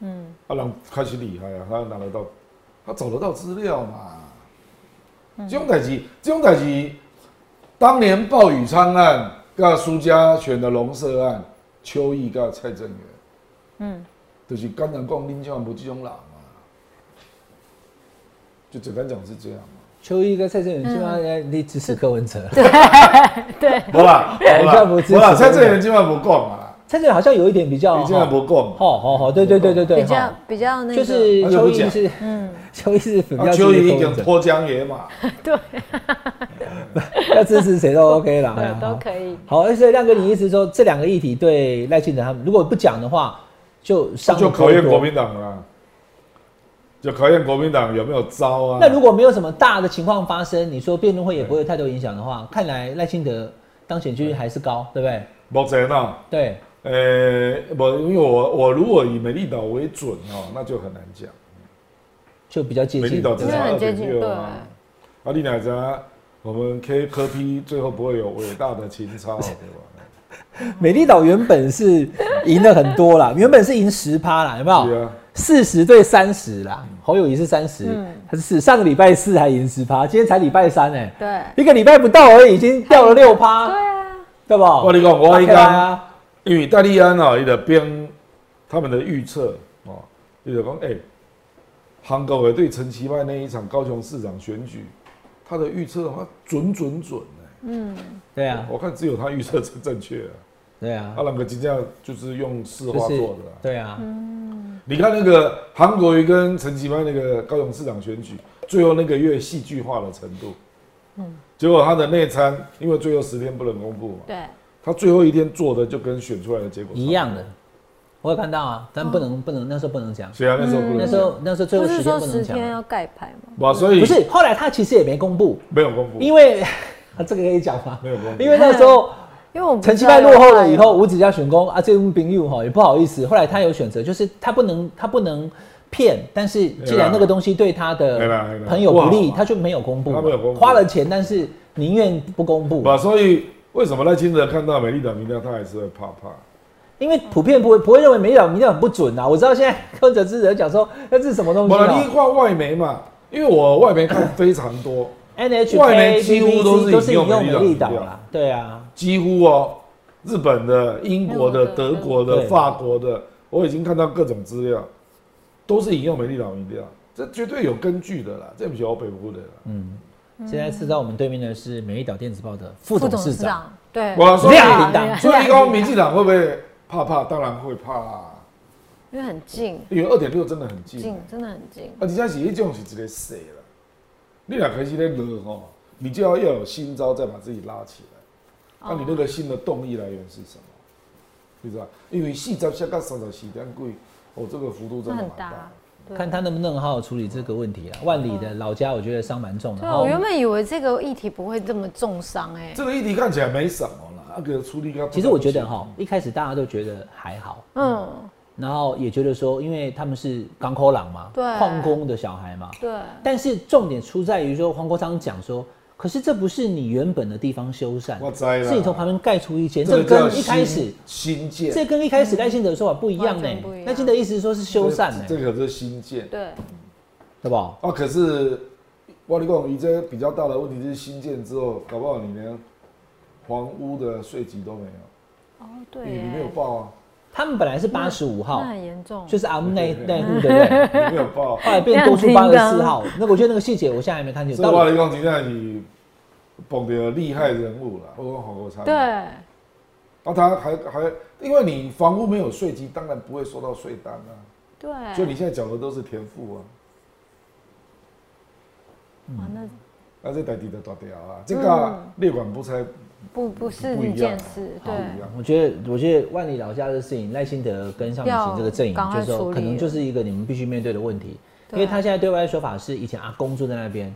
嗯，啊，人开始厉害啊，他拿得到，他找得到资料嘛，嗯这种代志，这种代志，当年鲍宇昌案、跟苏家全的龙社案、邱毅跟蔡正元，嗯，就是刚才讲林强不这种人嘛，就简单讲是这 样嘛，邱毅跟蔡正元基本上呃你支持柯嗯文哲，好啦，人家不支持哦好啦，蔡正元今晚不讲啊，蔡正元好像有一点比较，你今晚不讲。好好好，对对对对对，比较哦比较那个，嗯就是他就邱不毅讲是， 邱毅是比啊，较邱支持毅柯已经文哲，脱缰野马，要支持谁都 OK 啦，哎呀对都好可以。好，而且亮哥，你意思说这两个议题对赖清德他们，如果不讲的话，就这伤就口考验国民党了啦，就考验国民党有没有招啊。那如果没有什么大的情况发生，你说辩论会也不会有太多影响的话，看来赖清德当选几率还是高，对不对？目前啊，对，呃，我因为我我如果以美丽岛为准哦，那就很难讲。就比较接美丽近。岛至因少为二很接点近六啊。啊，你哪知道我们 K 科 P 最后不会有伟大的情操，对吧？美丽岛原本是赢了很多 啦，原本是赢十趴啦，有没是有啊？四十、对三十啦，侯友谊是三十、嗯他是四上个礼拜四还赢十趴，今天才礼拜三哎、对一个礼拜不到而已，已经掉了六趴，对啊，对不？我跟你讲我应该 OK 啊，因为戴利安啊，伊的编他们的预测哦，伊就讲，哎、韩国瑜对陈其迈那一场高雄市长选举，他的预测他准准准哎、对啊，我看只有他预测是正确、啊，对啊他，两个真正就是用市就话是做的、啊。对啊，嗯你看那个韩国瑜跟陈其迈那个高雄市长选举，最后那个月戏剧化的程度，嗯结果他的内参，因为最后十天不能公布嘛，对，他最后一天做的就跟选出来的结果差不多一样的，，我有看到啊，但不哦能不能，那时候不能讲。虽然那时候不能讲、嗯那时候那时候最后不时是间说不能十讲天哦啊，要盖牌吗？哇，所以不是后来他其实也没公布，没有公布，因为 啊这个可以讲吗？没有公布因为那时嗯候因为我不陈其知道迈落后了要以后，吴子嘉选攻啊，这种兵友哈也不好意思，后来他有选择，就是他不能他不能骗，但是既然那个东西对他啊对的啦对啦朋友不利，不好啊他就没有公布他没有公嘛，布花了钱，但是宁愿不公布，哇，所以为什么赖清德看到美丽岛民调，他还是会怕怕？因为普遍不会不会认为民调民调很不准啊。我知道现在柯文哲支持者讲说那这是什么东西我来你啊看外媒嘛，因为我外媒看非常多，外媒，NHK、几乎都是 BBC 都是引引用用美美丽丽岛岛啦，对啊。几乎哦，日本的、英国的、英德国国的的、对法国的，我已经看到各种资料，都是引用美丽岛民调，这绝对有根据的啦，这不是我北部的啦。现在是在我们对面的是美丽岛电子报的副董事长，对，哇，所以亮铃铛所以你讲民进党会不会怕怕？当然会怕啦，因为很近因为二点六真的很近欸、近，真的很近。而且是迄种是一个势啦，你若开始在落吼，你就要要有新招再把自己拉起来。那、哦你那个新的动力来源是什么？你知道？因为四十下到三十四点贵，哦，这个幅度真的那蛮很大大。对看他能不能好好处理这个问题啊。万里的老家，我觉得伤蛮重的。嗯对然啊，后我原本以为这个议题不会这么重伤哎、这个议题看起来没什么啦，那个处理个。其实我觉得哈，一开始大家都觉得还好，嗯，然后也觉得说，因为他们是港口朗嘛，对矿工的小孩嘛。对，但是重点出在于说，黄国昌讲说，可是这不是你原本的地方修缮，我知啦是你从旁边盖出一间，这这个叫跟一开始新，新建，这跟一开始赖清德的说法不一样嗯完呢全不一。样赖清德意思是说是修缮呢，这个是新建。对，对不好？啊，可是我跟你讲，你这比较大的问题是新建之后，搞不好你连房屋的税级都没有，哦对你耶没有报啊。他们本来是八十五号那，很严重，就是阿姆那对那一户的 人，你没有报，后来变多出这八样十听四的号。那我觉得那个细节我现在还没看清楚。所以到我底跟你讲，真正是碰到厉害人物了，我讲黄国昌。对，啊，他还还，因为你房屋没有税基，当然不会收到税单啊，对，所以你现在缴的都是田赋啊，哇，那那这代地的大条啊，这嗯个列管不拆不不是不一一样件啊事，不对，一样。我觉得，我觉得万里老家的事情，赖清德跟向雨晴这个阵营，要赶就快是说处理可能就是一个你们必须面对的问题，因对嗯为他现在对外的说法是，以前阿公住在那边，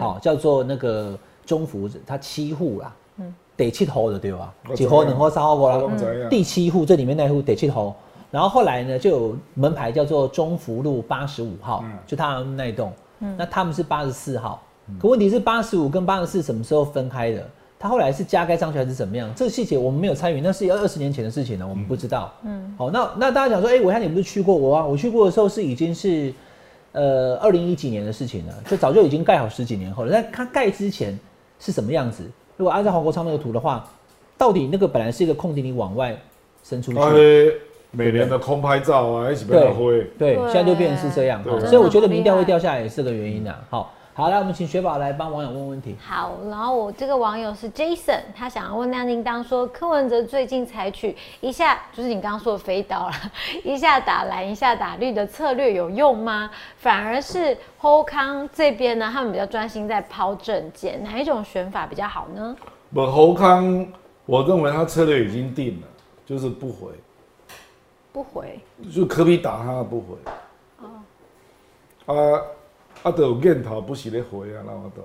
好、叫做那个中福，他七户啦，嗯得七头的对吧我？几知户道能户三户五我知啦道，第七户这里面那户得七头，然后后来呢就有门牌叫做中福路八十五号，嗯就他们那一栋，那他们是八十四号，可问题是八十五跟八十四什么时候分开的？他后来是加盖上去还是怎么样？这个细节我们没有参与，那是二二十年前的事情了，我们不知道。嗯，好，那那大家讲说，哎、我看你不是去过我啊？我去过的时候是已经是呃二零一几年的事情了，就早就已经盖好十几年后了。但它盖之前是什么样子？如果按照黄国昌那个图的话，到底那个本来是一个空地，你往外伸出去，啊，那每年的空拍照啊，一起被他挥。对，对现在就变成是这样对哈。真的所以我觉得好厉害民调会掉下来也是个原因啊。好，好，来我们请雪宝来帮网友问问题。好，然后我这个网友是 Jason，他想要问亮叮当说，柯文哲最近采取一下就是你刚刚说的飞刀啦，一下打蓝一下打绿的策略有用吗？反而是侯康这边呢，他们比较专心在抛证件，哪一种选法比较好呢？不，侯康，我认为他策略已经定了，就是不回，不回，就科比打他不回。哦。啊，啊，就有念头不是咧回啊，那我懂。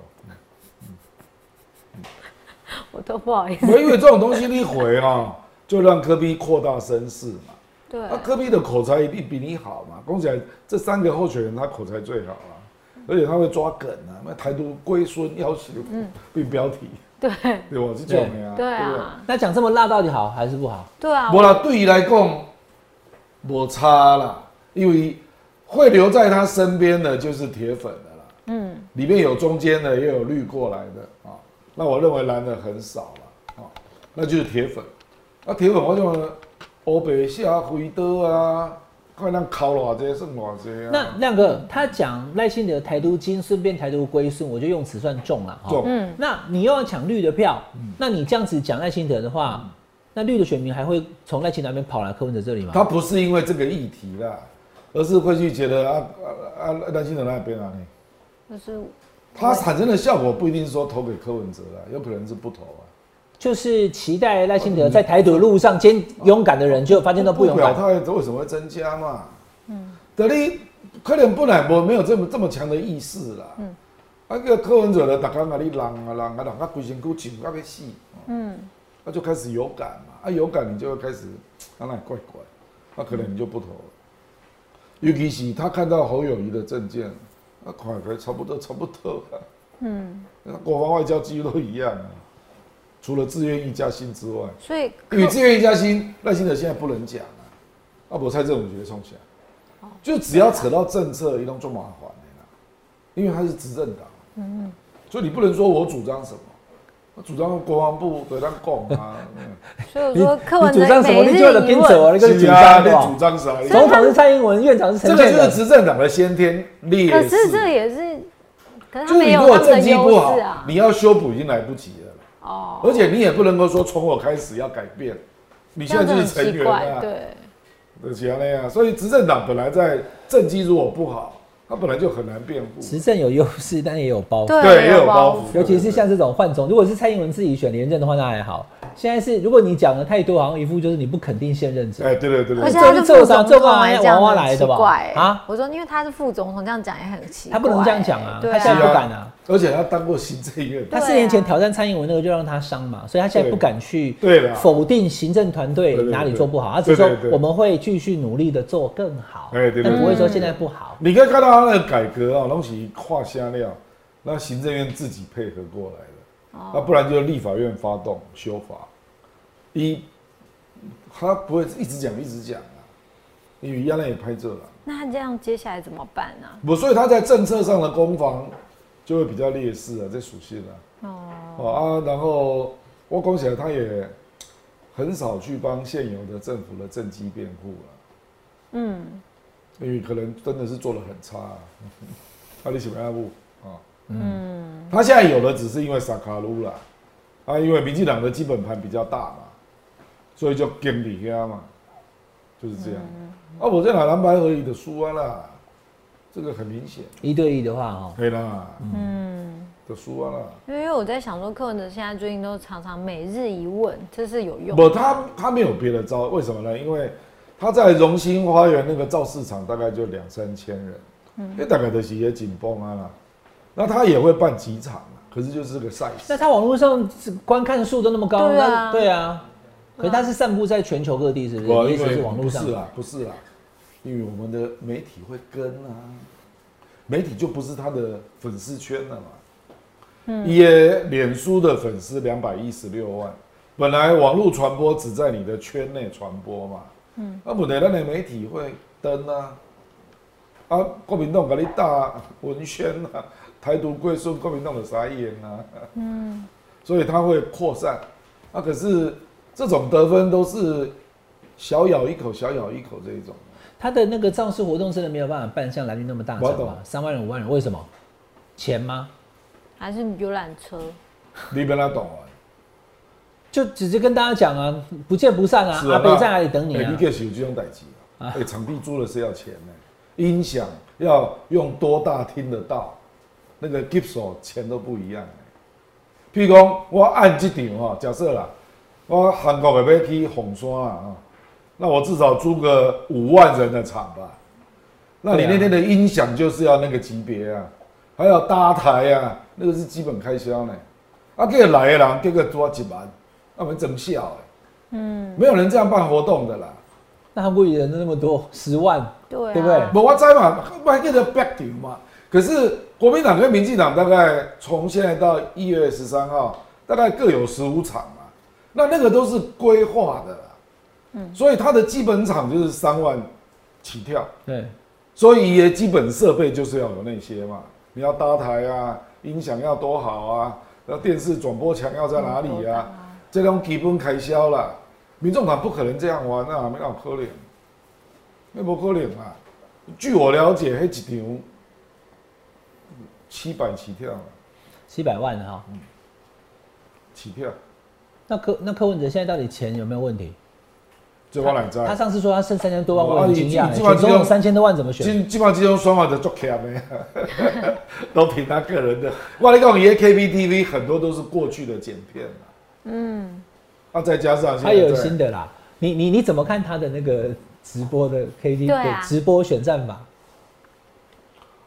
我都不好意思。我因为这种东西你回啊， 就让科比扩大声势嘛。对，那科比的口才一定比你好嘛。讲起来，这三个候选人他口才最好啊，而且他会抓梗啊，那台独龟孙要求，并标题，嗯对，对吧？是这种的呀，对不对啊，那讲这么辣到底好还是不好？对啊，无啦，对伊来讲，无差啦，因为会留在他身边的就是铁粉的啦。嗯，里面有中间的，也有绿过来的啊、那我认为蓝的很少了啊、那就是铁粉。那铁粉我认为欧北下回刀啊，看咱考偌济算偌济啊。那亮哥他讲赖清德台独金顺便台独龟孙，我觉得用词算重了哈。重嗯嗯，那你又要抢绿的票，那你这样子讲赖清德的话，那绿的选民还会从赖清德那边跑来柯文哲这里吗？他不是因为这个议题啦，而是会去觉得啊啊啊，担心的那边啊呢，就是他产生的效果不一定说投给柯文哲啊，有可能是不投啊。就是期待赖清德在台独路上坚勇敢的人，就发现都不勇表敢。态为什么会增加嘛？嗯，得力可能本来我没有这么这么强的意识啦。嗯，啊个柯文哲的，大家啊你人啊人啊人啊，规身躯紧到要死。嗯，那、就开始有感嘛，啊有感你就会开始，啊那怪怪，那、可能你就不投了。尤其是他看到侯友谊的啊证件，那快快差不多差不多了。嗯，国防外交几乎都一样啊，除了自愿意加薪之外。所以柯与志愿一家亲，赖清德现在不能讲啊，啊，不蔡政府觉得冲起来，哦就只要扯到政策，一动就麻烦的啦，因为他是执政党，嗯，所以你不能说我主张什么，我主张国防部对咱讲 啊，所以我说柯文你主哲张什么？每你日就有疑盯走问，啊！你跟是主啊张你的哦主。张啥？总统是蔡英文，院长是这陈个建就是仁。执政党的先天劣势。可是这也是，可是他就是们你也如有果他们的政绩不优好势啊，。你要修补已经来不及了啦。哦，而且你也不能够说从我开始要改变，你这现样在子就很是成奇员怪，啊，对。就是安尼啊，所以执政党本来在政绩如果不好，他本来就很难辩护，执政有优势，但哦也有包袱。对，也有包袱，尤其是像这种换总，如果是蔡英文自己选连任的话，那还好。现在是如果你讲的太多，好像一副就是你不肯定现任者。哎，对对对而且对，他是副总统，还这样这样很很奇奇怪怪啊啊！我说，因为他是副总统，这样讲也很奇怪。他不能这样讲啊对他现在不啊，敢啊，而且他当过行政院他对啊四年前挑战蔡英文那个就让他伤嘛，所以他现在不敢去对啦否定行政团队对对对哪里做不好，他只说对对对我们会继续努力的做更好，哎对对对但不会说现在不好。你可以看到他的改革啊，东西跨下料，那行政院自己配合过来哦的，那不然就是立法院发动修法，一他不会一直讲一直讲啊，因为亚兰也拍这了，那他这样接下来怎么办呢？我所以他在政策上的攻防就会比较劣势啊，这属性啊。哦，哦啊，然后我讲起来，他也很少去帮现有的政府的政绩辩护了，嗯，因为可能真的是做的很差、啊， 他的喜欢不啊，嗯，他现在有的只是因为萨卡鲁啦，啊，因为民进党的基本盘比较大嘛，所以就跟你呀嘛，就是这样。嗯啊，我在拿蓝白合一的输啊啦，这个很明显，一对一的话哦哈，对啦，嗯，的输啊啦。因为我在想说，柯文哲现在最近都常常每日一问，这是有用的。不，他他没有别的招，为什么呢？因为他在荣兴花园那个造市场大概就两三千人，那大概的是也紧绷啊啦。那他也会办几场啊，可是就是个赛那事。他网络上观看数都那么高，对啊那对啊，可是他是散布在全球各地，是不是？我你意啊因思为是网络不上是？啦，不是啦，因为我们的媒体会跟啊，媒体就不是他的粉丝圈了嘛。嗯也脸书的粉丝两百一十六万，本来网络传播只在你的圈内传播嘛，嗯，啊，不对，那你媒体会登啊，啊，国民党给你打文宣啊，台独归顺国民党的傻眼啊，嗯， 所以它会扩散，啊，可是这种得分都是小咬一口，小咬一口这 一种，他的那个造势活动真的没有办法办像蓝绿那么大我场懂嘛，三万人、五万人，为什么？钱吗？还是游览车，你别来懂啊，就只是跟大家讲啊，不见不散啊，阿北在哪里等你哎啊你？可是有这种代志啊！哎、场地租了是要钱呢、音响要用多大听得到，那个 g i b s o 钱都不一样、欸。譬如讲，我按这场哦，假设啦，我哦韩国的要去红山啦啊，那我至少租个五万人的场吧。那对你啊那天的音响就是要那个级别啊，还要搭台啊，那个是基本开销呢、啊，这个来的人，这个抓一万，那我们怎笑嗯，没有人这样办活动的啦。那韩国语人那么多，十万，对啊，对不对不，我知嘛，我记得 back 嘛。可是国民党跟民进党大概从现在到一月十三号，大概各有十五场嘛。那那个都是规划的啦，嗯，所以它的基本场就是三万起跳，对，所以也基本设备就是要有那些嘛，你要搭台啊，音响要多好啊，那电视转播墙要在哪里啊？这种基本开销啦，民众党不可能这样玩啊，没那么可能，那不可能啊。据我了解，那一场七百起跳啊，七百万啊哈、起跳，那柯那柯文哲现在到底钱有没有问题？这我来知道。他上次说他剩三千多万，哦我很啊惊你讶、你欸。基本上选总统这个三千多万怎么选？基基本上这种双法的做 K 没，都凭他个人的。我跟你讲，爷 KPTV 很多都是过去的剪片嘛，嗯，啊，再加上现他在也有在新的啦。你你你怎么看他的那个直播的 K T 对啊直播选战法？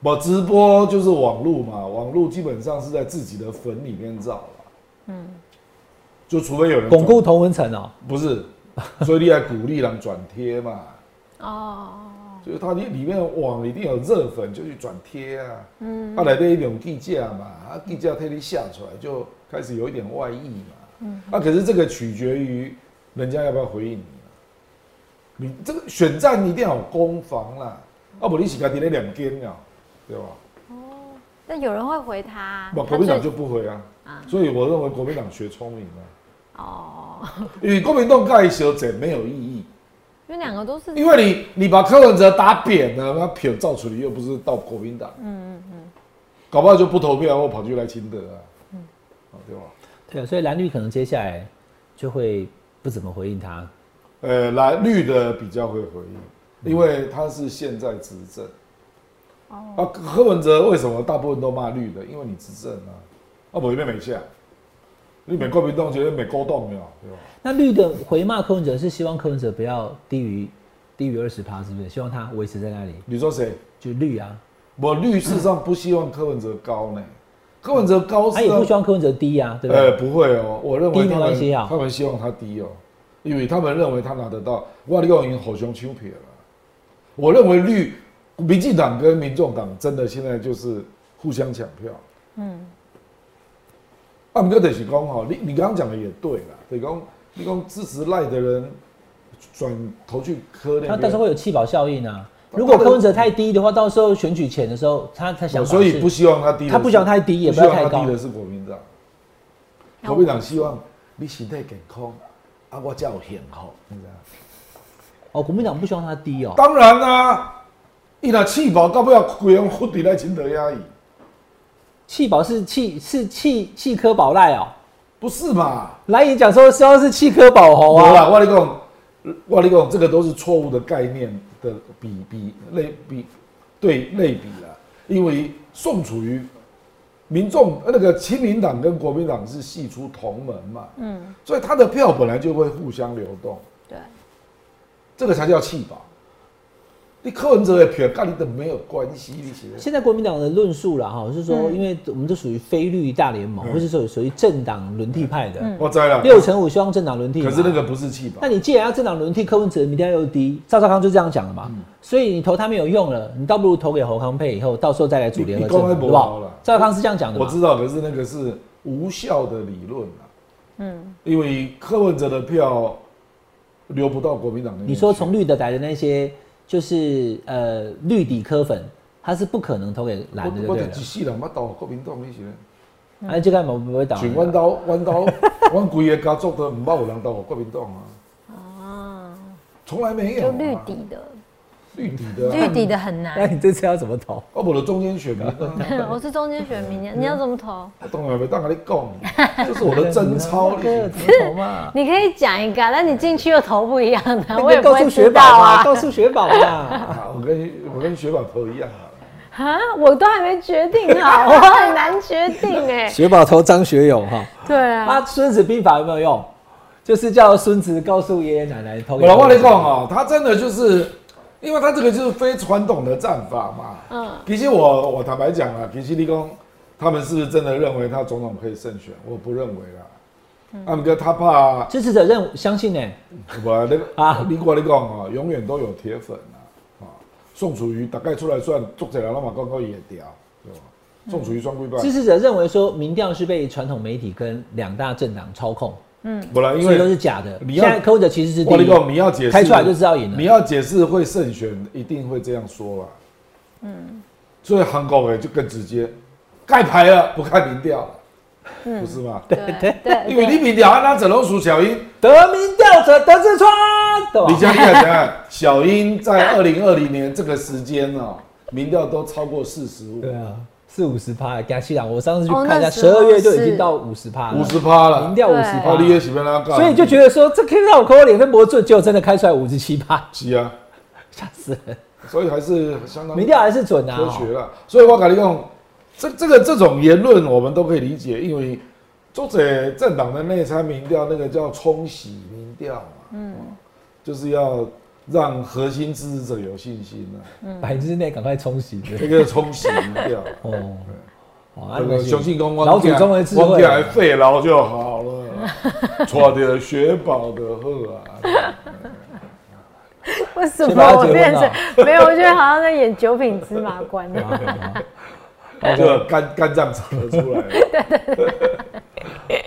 我直播就是网络嘛，网络基本上是在自己的坟里面造了，嗯，就除非有人巩转固同文层哦、不是，所以你还鼓励人转贴嘛，哦，就是它里里面网一定有热粉就去转贴啊，嗯，啊来这一种地价嘛，啊地价替你下出来就开始有一点外溢嘛，嗯，啊可是这个取决于人家要不要回应你啊，你这个选战一定要有攻防啦，啊不然你是家己那两间啊，对吧？但有人会回他，不，他国民党最就不回啊，所以我认为国民党学聪明了，哦， 因为国民党盖修整没有意义。因为两个都是因为你你把柯文哲打扁了，那票造出来又不是到国民党，嗯嗯嗯，搞不好就不投票，或跑去来清德啊，嗯，对吧？对啊，所以蓝绿可能接下来就会不怎么回应他。呃，蓝绿的比较会回应，因为他是现在执政，啊，柯文哲为什么大部分都骂绿的？因为你执政啊，啊，不一边没下，你美国民党觉得美国动了，对吧？那绿的回骂柯文哲是希望柯文哲不要低于低于二十趴，是不是？希望他维持在那里，你说谁？就绿啊，我律事实上不希望柯文哲高呢，柯文哲高他是也要不希望柯文哲低啊，对不呃对？不会哦，我认低为他没关们系啊他们希望他低哦，因为他们认为他拿得到，我跟你讲，好熊丘撇了。我认为绿民进党跟民众党真的现在就是互相抢票。嗯，啊，不过就是讲哦，你你刚刚讲的也对啦，就是讲你讲支持赖的人转头去柯那他边，但是会有弃保效应啊。他如果柯文哲太低的话，到时候选举前的时候，他他想哦法所以是不希望他低的是，他不想太低也不希要望太他高低的是国民党。国民党希望你身体健康，啊，我叫幸福，你知道吗？哦，国民党不希望它低哦，当然啦、伊若气饱，到尾啊，规人活伫来秦德压抑，气保是气是气气科保赖哦，不是嘛？来也讲说说是气科保红我啊，啦，我跟你讲，我跟你讲，这个都是错误的概念的比比类比对类比啦，因为宋楚瑜。民众呃那个亲民党跟国民党是系出同门嘛，嗯，所以他的票本来就会互相流动，对，这个才叫弃保。你柯文哲的票跟你的没有关系，你其实现在国民党的论述啦哈，是说嗯因为我们这属于非绿大联盟，嗯或是说属于政党轮替派的，我知了。六成五希望政党轮替嘛，可是那个不是弃保那，你既然要政党轮替，柯文哲的民调又低，赵少康就这样讲了嗯嘛，所以你投他没有用了，你倒不如投给侯康配，以后到时候再来组联合政你府，你讲对得没吧毛啦？赵少康是这样讲的我嘛？知道，可是那个是无效的理论啊。嗯，因为柯文哲的票流不到国民党那边去。你说从绿的来的那些，就是呃绿底柯粉，他是不可能投给蓝的，我对不我得对一世人，我倒国民党那些人，嗯了？哎，这个我们不会倒。像阮兜阮兜 阮规个家族都唔捌有人倒国民党啊，啊，从来没有、就啊。绿底的，绿底的啊、绿底的很那难。哎你这次要怎么投？我无就中间选民、啊， 我是中间选民，你要怎么投？我当然没当跟你讲，这是我的贞操。你对是啊，怎么投嘛？你可以讲一个，但你进去又投不一样的，我那也就不告会诉雪知宝道嘛，啊。告诉雪宝 嘛。啊，我跟我跟雪宝头一样啊。啊，我都还没决 定好，我很难决定哎。雪宝投张学友哈，对啊， 他《孙子兵法》有没有用？就是叫孙子告诉爷爷奶奶投给我侯康老话配。你讲啊，他真的就是，因为他这个就是非传统的战法嘛。嗯，其实我我坦白讲啊，其实立功他们是不是真的认为他总统可以胜选？我不认为啦。阿姆哥他怕支持者认相信呢、我那个啊啊， 你我你讲啊，永远都有铁粉啊啊！宋楚瑜大概出来算，做起来那么刚刚也屌，对吧？宋楚瑜双规半，支持者认为说民调是被传统媒体跟两大政党操控，不然因所以都是为假的。你现要在柯文哲其实是第我你一，讲你要解释，开出来就知道赢了你要解释会胜选，一定会这样说啦。嗯，所以韩国人就更直接，盖牌了不看民调了，不是吗？对对对，因为你民调按那整容数小英，得民调者得志川，对吧你家厉害怎样？小英在二零二零年这个时间哦，民调都超过四十五对，啊，四五十趴，加西朗，我上次去哦看一下，那十时候二月就是已经到五十趴了，五十趴了民。调五十对趴哦，，你也喜欢他干？所以就觉得说这可以让我扣我脸分不准，结果真的开出来五十七趴， 急啊，吓死 人！所以还是相当民调还是准啊，科学了。所以我跟你讲，这这个这种言论我们都可以理解，因为作者政党的内参民调，那个叫冲洗民调嘛，嗯，就是要让核心支持者有信心啊，嗯百分之内赶快冲洗 对那个叫冲洗民 调。哦，哦，啊那个雄信公老祖宗的智慧啊汪，来肺痨就好了，错的雪宝的鹤 啊，为什先么把它我结婚变了成没有？我觉得好像在演九品芝麻官。嗯 哦就肝肝脏长得出来了。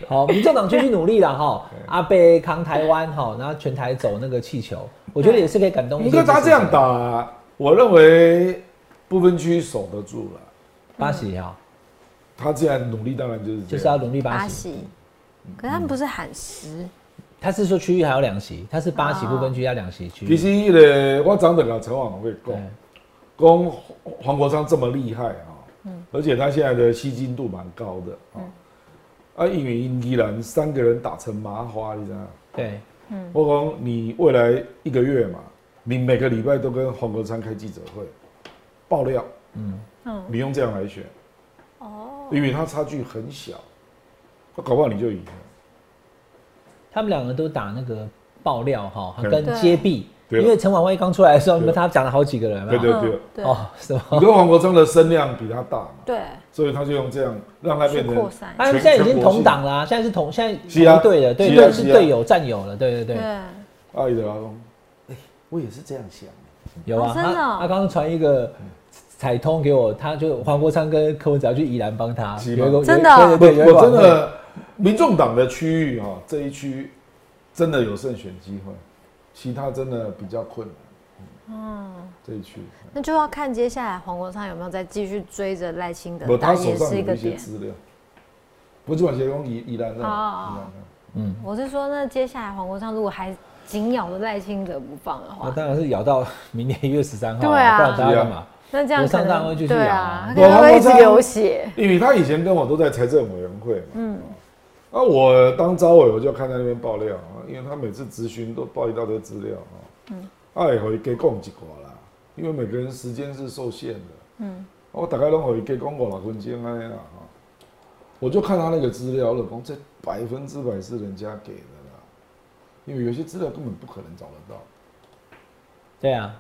好，民众党继续努力了 哈。阿贝扛台湾哈，然后全台走那个气球，我觉得也是可以感动一你些。跟他这样，打、我认为不分区守得住了。巴西哈，他既然努力，当然就是这就是要样。努力巴巴西。西，可是他们不是喊十，他是说区域还有两席，他是八哦席不分区要两席区其域。实那个我长得跟陈网会对讲，讲黄国昌这么厉害啊、而且他现在的吸金度蛮高的啊、啊，因为依然三个人打成麻花，你知道吗？对，我讲你未来一个月嘛，你每个礼拜都跟黄国昌开记者会，爆料，嗯，你用这样来选，哦，因为他差距很小，搞不好你就赢了，他们两个都打那个爆料哈，对跟接臂。对因为陈婉薇刚出来的时候，你们对他讲了好几个人嘛对。对对嗯，对哦，什么？你跟黄国昌的声量比他大嘛，对，所以他就用这样让他变去扩成散。 他们现在已经同党啦，现在是同现在是啊同队的，对是啊对是是啊队友战友了，对对对对，，阿姨的老公，我也是这样想，有啊哦，真他的哦他刚刚传一个彩通给我，他就黄国昌跟柯文哲要去宜兰帮他，是有吗一个有一真的哦对对对，有一个我我真晚会的，民众党的区域哈、这一区真的有胜选机会，其他真的比较困难，哦嗯，这一区。那就要看接下来黄国昌有没有再继续追着赖清德不，打，他手也上是一有个一些点。资料，不是把协工宜宜兰的，宜哦兰嗯，我是说，那接下来黄国昌如果还紧咬着赖清德不放的那话，当然是咬到明年一月十三号，对啊不然大家干对嘛？那这样我可上当会能继续对咬啊，啊他可能我会一直我流血。因为他以前跟我都在财政委员会嘛，嗯，那我当招委我就看在那边爆料啊，因为他每次咨询都报一大堆资料啊，嗯，啊也可以给讲几寡啦，因为每个人时间是受限的，嗯，我大概拢可以给讲五六分钟安尼啦啊，我就看他那个资料了，讲这百分之百是人家给的啦，因为有些资料根本不可能找得到，对啊，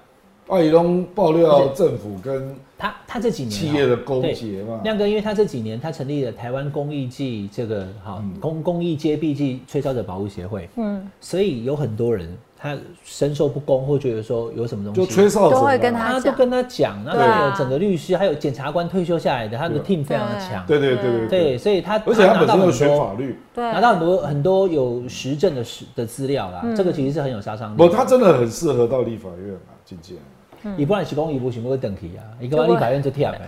啊伊拢爆料政府跟他他这几年企啊业的勾对结嘛，亮哥，因为他这几年他成立了台湾公益暨这个好嗯公公益街币暨吹哨者保护协会，嗯，所以有很多人他深受不公，或觉得说有什么东西就吹哨子嘛，都会跟他他都跟他讲，那对啊他有整个律师还有检察官退休下来的，他的对 team 非常的强，对对对对对，所以他而且他拿本到身又很学多法律，对啊拿到很多很多有实证的实的资料啦，这个其实是很有杀伤力的。不，他真的很适合到立法院啊，金姐。你不然是公，你不行，我会等题啊，你跟立法院就跳呗。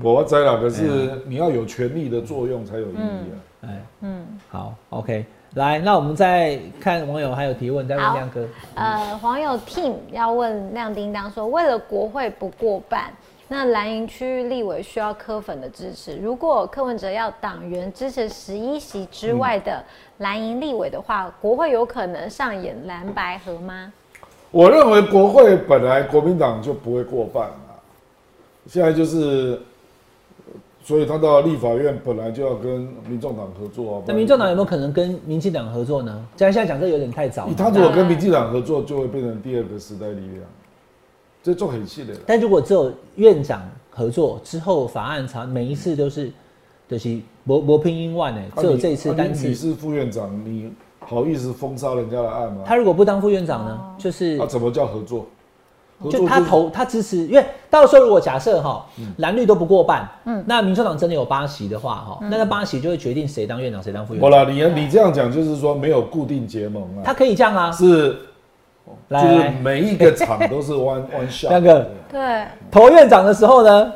我知道，可是你要有权力的作用才有意义啊。哎，嗯，好，OK，来，那我们再看网友还有提问，再问好亮哥。呃，网友 Tim 要问亮叮当说，为了国会不过半，那蓝营区域立委需要柯粉的支持。如果柯文哲要党员支持十一席之外的蓝营立委的话，国会有可能上演蓝白合吗？我认为国会本来国民党就不会过半啊，现在就是，所以他到立法院本来就要跟民众党合作啊。那民众党有没有可能跟民进党合作呢？这样现在讲这有点太早不然，他了。如果跟民进党合作，就会变成第二个时代力量，这做很细的啦。但如果只有院长合作之后，法案才每一次都是，就是磨磨拼音万哎，只有这一次啊你单你次。是副院长，你好意思封杀人家的案吗？他如果不当副院长呢，就是啊，怎么叫合作？合作就他是嗯投他支持，因为到时候如果假设哈蓝绿都不过半，那民众党真的有八席的话哈，那那八席就会决定谁当院长谁当副院不长。啦，你你这样讲就是说没有固定结盟啊，他可以这样啊，是就来是来每一个场 都是 one one shot。亮哥对，投院长的时候呢，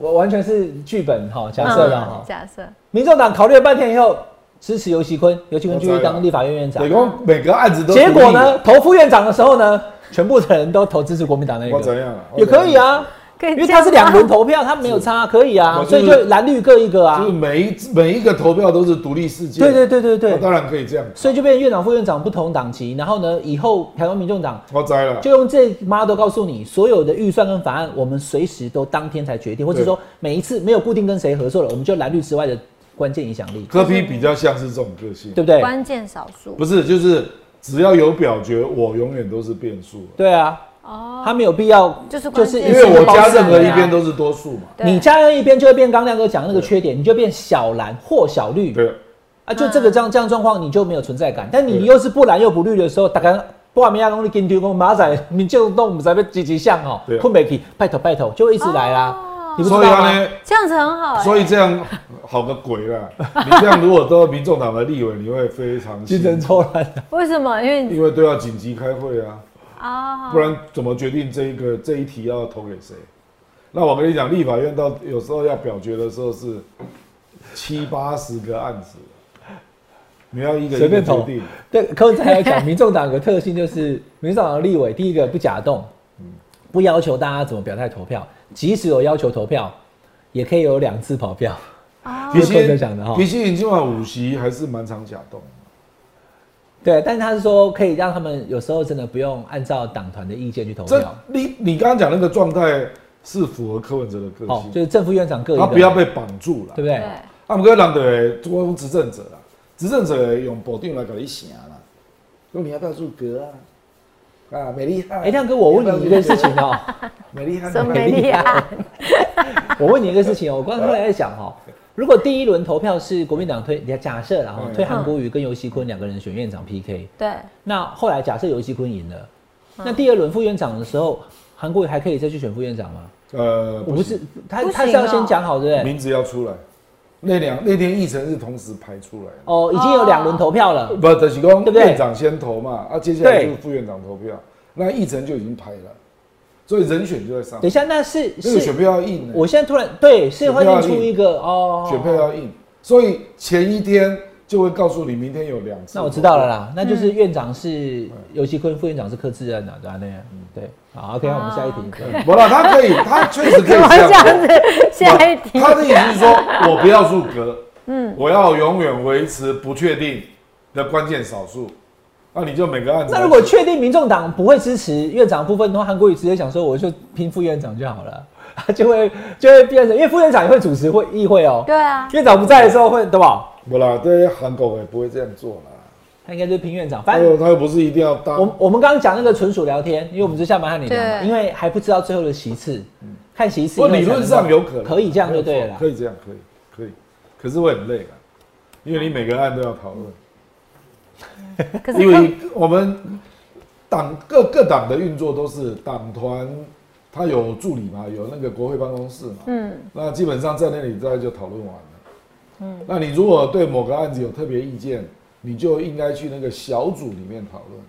我完全是剧本哈，假设的哈。假设民众党考虑了半天以后，支持尤熙坤，尤熙坤继我续知道当立法院院长对，。讲每个案子都结果独呢，投副院长的时候呢，全部的人都投支持国民党那立的？我怎个，样啊？也可以啊，可以因为这他样是吗两轮投票，他没有差，可以啊我，就所是以就蓝绿各一个我怎样，就是啊。每一每一个投票都是独立事件。对对对对对我，当然可以这样。所以就变成院长、副院长不同党籍，然后呢，以后台湾民众党我栽了就，用这 model 告诉你，所有的预算跟法案，我们随时都当天才决定，或者说每一次没有固定跟谁合作了，我们就蓝绿之外的关键影响力，柯批比较像是这种个性，对不对？关键少数不是就是只要有表决，我永远都是变数啊，对啊，哦，他没有必要，就是关就是键因为我包加山任何的一啊边都是多数嘛。对你加任一边就会变刚亮哥讲那个缺点，你就变小蓝或小绿对，啊，就这个这样这样状况你就没有存在感。但你对又是不蓝又不绿的时候，大家不管明亚公你跟丢公马仔，你就弄我们才被积极向哦对，啊困不起，拜托拜托，就会一直来哦啦。你不知道所以吗？他呢，这样子很好、欸，所以这样好个鬼啦！ 你这样如果都民众党的立委，你会非常精辛神苦，错乱，为什么？因为你因为都要紧急开会啊，啊不然怎么决定这一个这一题要投给谁？那我跟你讲，立法院到有时候要表决的时候是七八十个案子，你要一个随一便个投决定。对，柯文哲还要讲，民众党有个特性就是， 民众党的立委第一个不假动，不要求大家怎么表态投票，即使有要求投票，也可以有两次跑票。 其柯文哲实讲的哈其实你今晚五席还是蛮常假动，对，但是他是说可以让他们有时候真的不用按照党团的意见去投这票，哦你你刚刚讲那个状态是符合柯文哲的个哦，就性，是正副院长各一个，啊他不要被绑住了对不。对？对，啊，毋过人就会我讲执政者啦，执政者会用部长来甲你写啦，说你要不要入阁啊？啊，美丽汉，哎，亮哥，我问你一个事情哦， 美丽汉，真没厉害，我问你一个事情哦，我刚才后来在想哦，如果第一轮投票是国民党推，假设然后嗯推韩国瑜跟尤熙坤两个人选院长 PK，对，那后来假设尤熙坤赢了，嗯那第二轮副院长的时候，韩国瑜还可以再去选副院长吗？呃，我不不是是，他不行他是要哦先讲好，对不对？名字要出来，那两那天议程是同时排出来的，哦，已经有两轮投票哦了，不，就是讲对不对院长先投嘛，啊，接下来对就是副院长投票，那议程就已经排了，所以人选就在上等一，下，那是那是个选票要硬、我现在突然对，是选会票念要出硬一个哦，选票要硬，所以前一天就会告诉你明天有两次。那我知道了。啦，那就是院长是尤其坤，副院长是柯志恩啊，对吧？那样嗯对，好，OK，那我们下一哦题。对不啦，他可以，他确实可以怎么这这样样做。子？下一题，他的意思是说，我不要入格，嗯，我要永远维持不确定的关键少数。那你就每个案子 来选。那如果确定民众党不会支持院长的部分的话，韩国瑜直接想说，我就拼副院长就好了， 他就会就会变成，因为副院长也会主持会议会哦、对啊，院长不在的时候会对吧？不啦，对韩国也不会这样做啦。他应该就是拼院长，他反正又他又不是一定要当。我我们刚刚讲那个纯属聊天，因为我们是下班和你聊嘛，对因为还不知道最后的席次，看席次以我后才嗯理能够。论上有可能可以这样啊就对了啦可。以这样，可以，可以。可是会很累啊，因为你每个案都要讨论，可因是为我们党各各党的运作都是党团，它有助理嘛，有那个国会办公室嘛，嗯，那基本上在那里大概就讨论完了。嗯，那你如果对某个案子有特别意见，你就应该去那个小组里面讨论。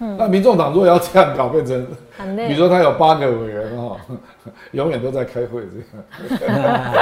嗯，那民众党如果要这样搞，变成很比如累。说他有八个委员哈、永远都在开会这样。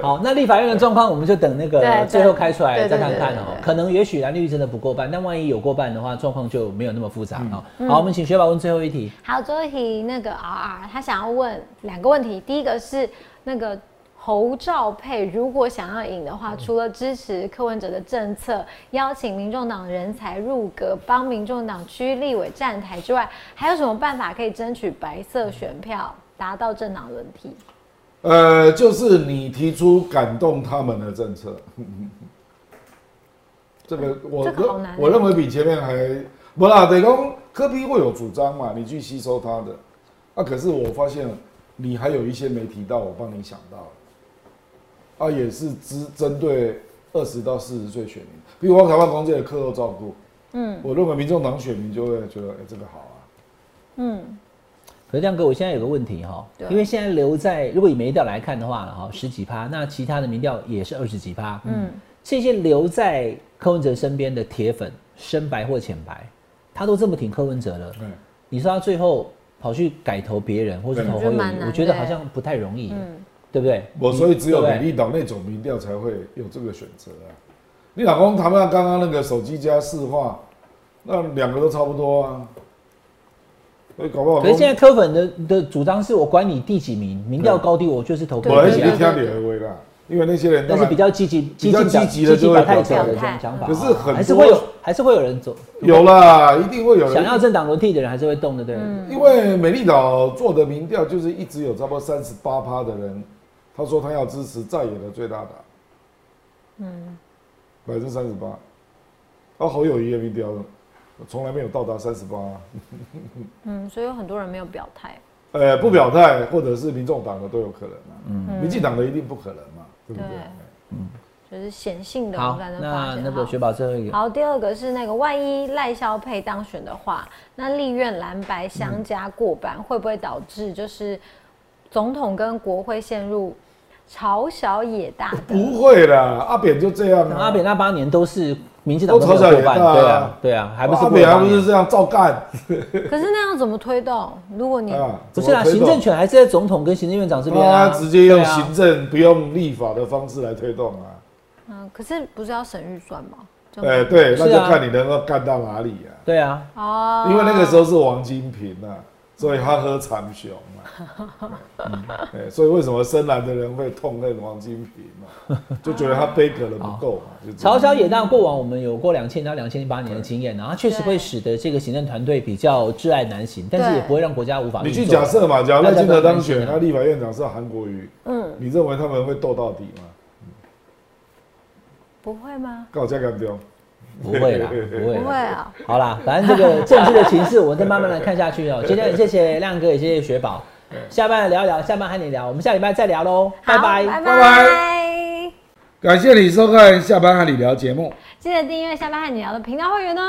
好，那立法院的状况，我们就等那 个对对最后开出来对对再看看对对哦对。对可能也许蓝绿真的不过半，但万一有过半的话，状况就没有那么复杂嗯哦。嗯好，我们请薛宝问最后一题。还有最后一题，那个 RR 他想要问两个问题，第一个是那个侯兆佩如果想要赢的嗯话，除了支持柯文哲的政策，邀请民众党人才入阁，帮民众党区立委站台之外，还有什么办法可以争取白色嗯选票，达到政党轮替？呃，就是你提出感动他们的政策， 这个我哎这个好难哦我认为比前面还不啦，得讲科批会有主张嘛，你去吸收他的。啊，可是我发现你还有一些没提到，我帮你想到了。啊，也是只针对二十到四十岁选民，比如我台湾公这的课后照顾，嗯，我认为民众党选民就会觉得，哎、这个好啊，嗯，可是亮哥，我现在有个问题哈、对嗯因为现在留在如果以民调来看的话哈，十几趴，那其他的民调也是二十几趴，嗯，这些留在柯文哲身边的铁粉，深白或浅白，他都这么挺柯文哲了，嗯，你说他最后跑去改投别人或者对投我侯觉得友蛮宜，难我觉得的嗯好像不太容易，对不对？我所以只有对不对美丽岛那种民调才会有这个选择啊。你老公他们刚刚那个手机加市话，那两个都差不多啊。所以搞不好可是现在柯粉的的主张是我管你第几名，民调对高低我就是投给对我还是对一你对，挑你而为啦，因为那些人啊但是比较积极、比较积极的就会表态者表态的这种想法，啊可是很多还是会有，还是会有人走，有啦，一定会有想要人。政党轮替的人还是会动的，对。嗯因为美丽岛做的民调就是一直有差不多三十八趴的人，他说他要支持在野的最大党，嗯，百分之三十八。而侯友谊的民调从来没有到达三十八。啊嗯，所以有很多人没有表态。呃，不表态或者是民众党的都有可能啊，嗯民进党的一定不可能嘛，对不对？对就是显性的，我好们才，能发那现那好个雪宝最后一个，好，第二个是那个，万一赖萧配当选的话，那立院蓝白相加过半，会不会导致就是总统跟国会陷入朝小野大的？不会啦，阿扁就这样啊，阿扁那八年都是民进党都都没有朝小过野半，大啊哦对啊，对啊，还不是阿过了扁还八不是年。这样照干可是那样怎么推动？如果你、啊？不是啊，怎么推行动政权还是在总统跟行政院长这边啊，他直接用对啊行政不用立法的方式来推动啊，嗯，可是不是要省预算吗？这样哎，对，是那啊就看你能够干到哪里啊。对啊，哦，因为那个时候是王金平啊，所以他喝长雄嘛，对哎所以为什么深蓝的人会痛恨王金平嘛，就觉得他杯葛的不够嘛，就这朝样小野大过往我们有过两千到两千零八年的经验啊，然后确实会使得这个行政团队比较挚爱难行，但是对也不会让国家无法你运作。啊去假设嘛，假如大赖家清不要德当担心选，啊那立法院长是韩国瑜，嗯，你认为他们会斗到底吗？不会吗？告加干掉，不会啦，不会不会啦。啊，好啦，反正这个政治的情势，我们再慢慢来看下去哦、今天很谢谢亮哥，也谢谢雪宝，下班来聊一聊，下班和你聊，我们下礼拜再聊喽，拜好拜。拜拜拜，感谢你收看下班和你聊节目。记得订阅下班和你聊的频道会员哦。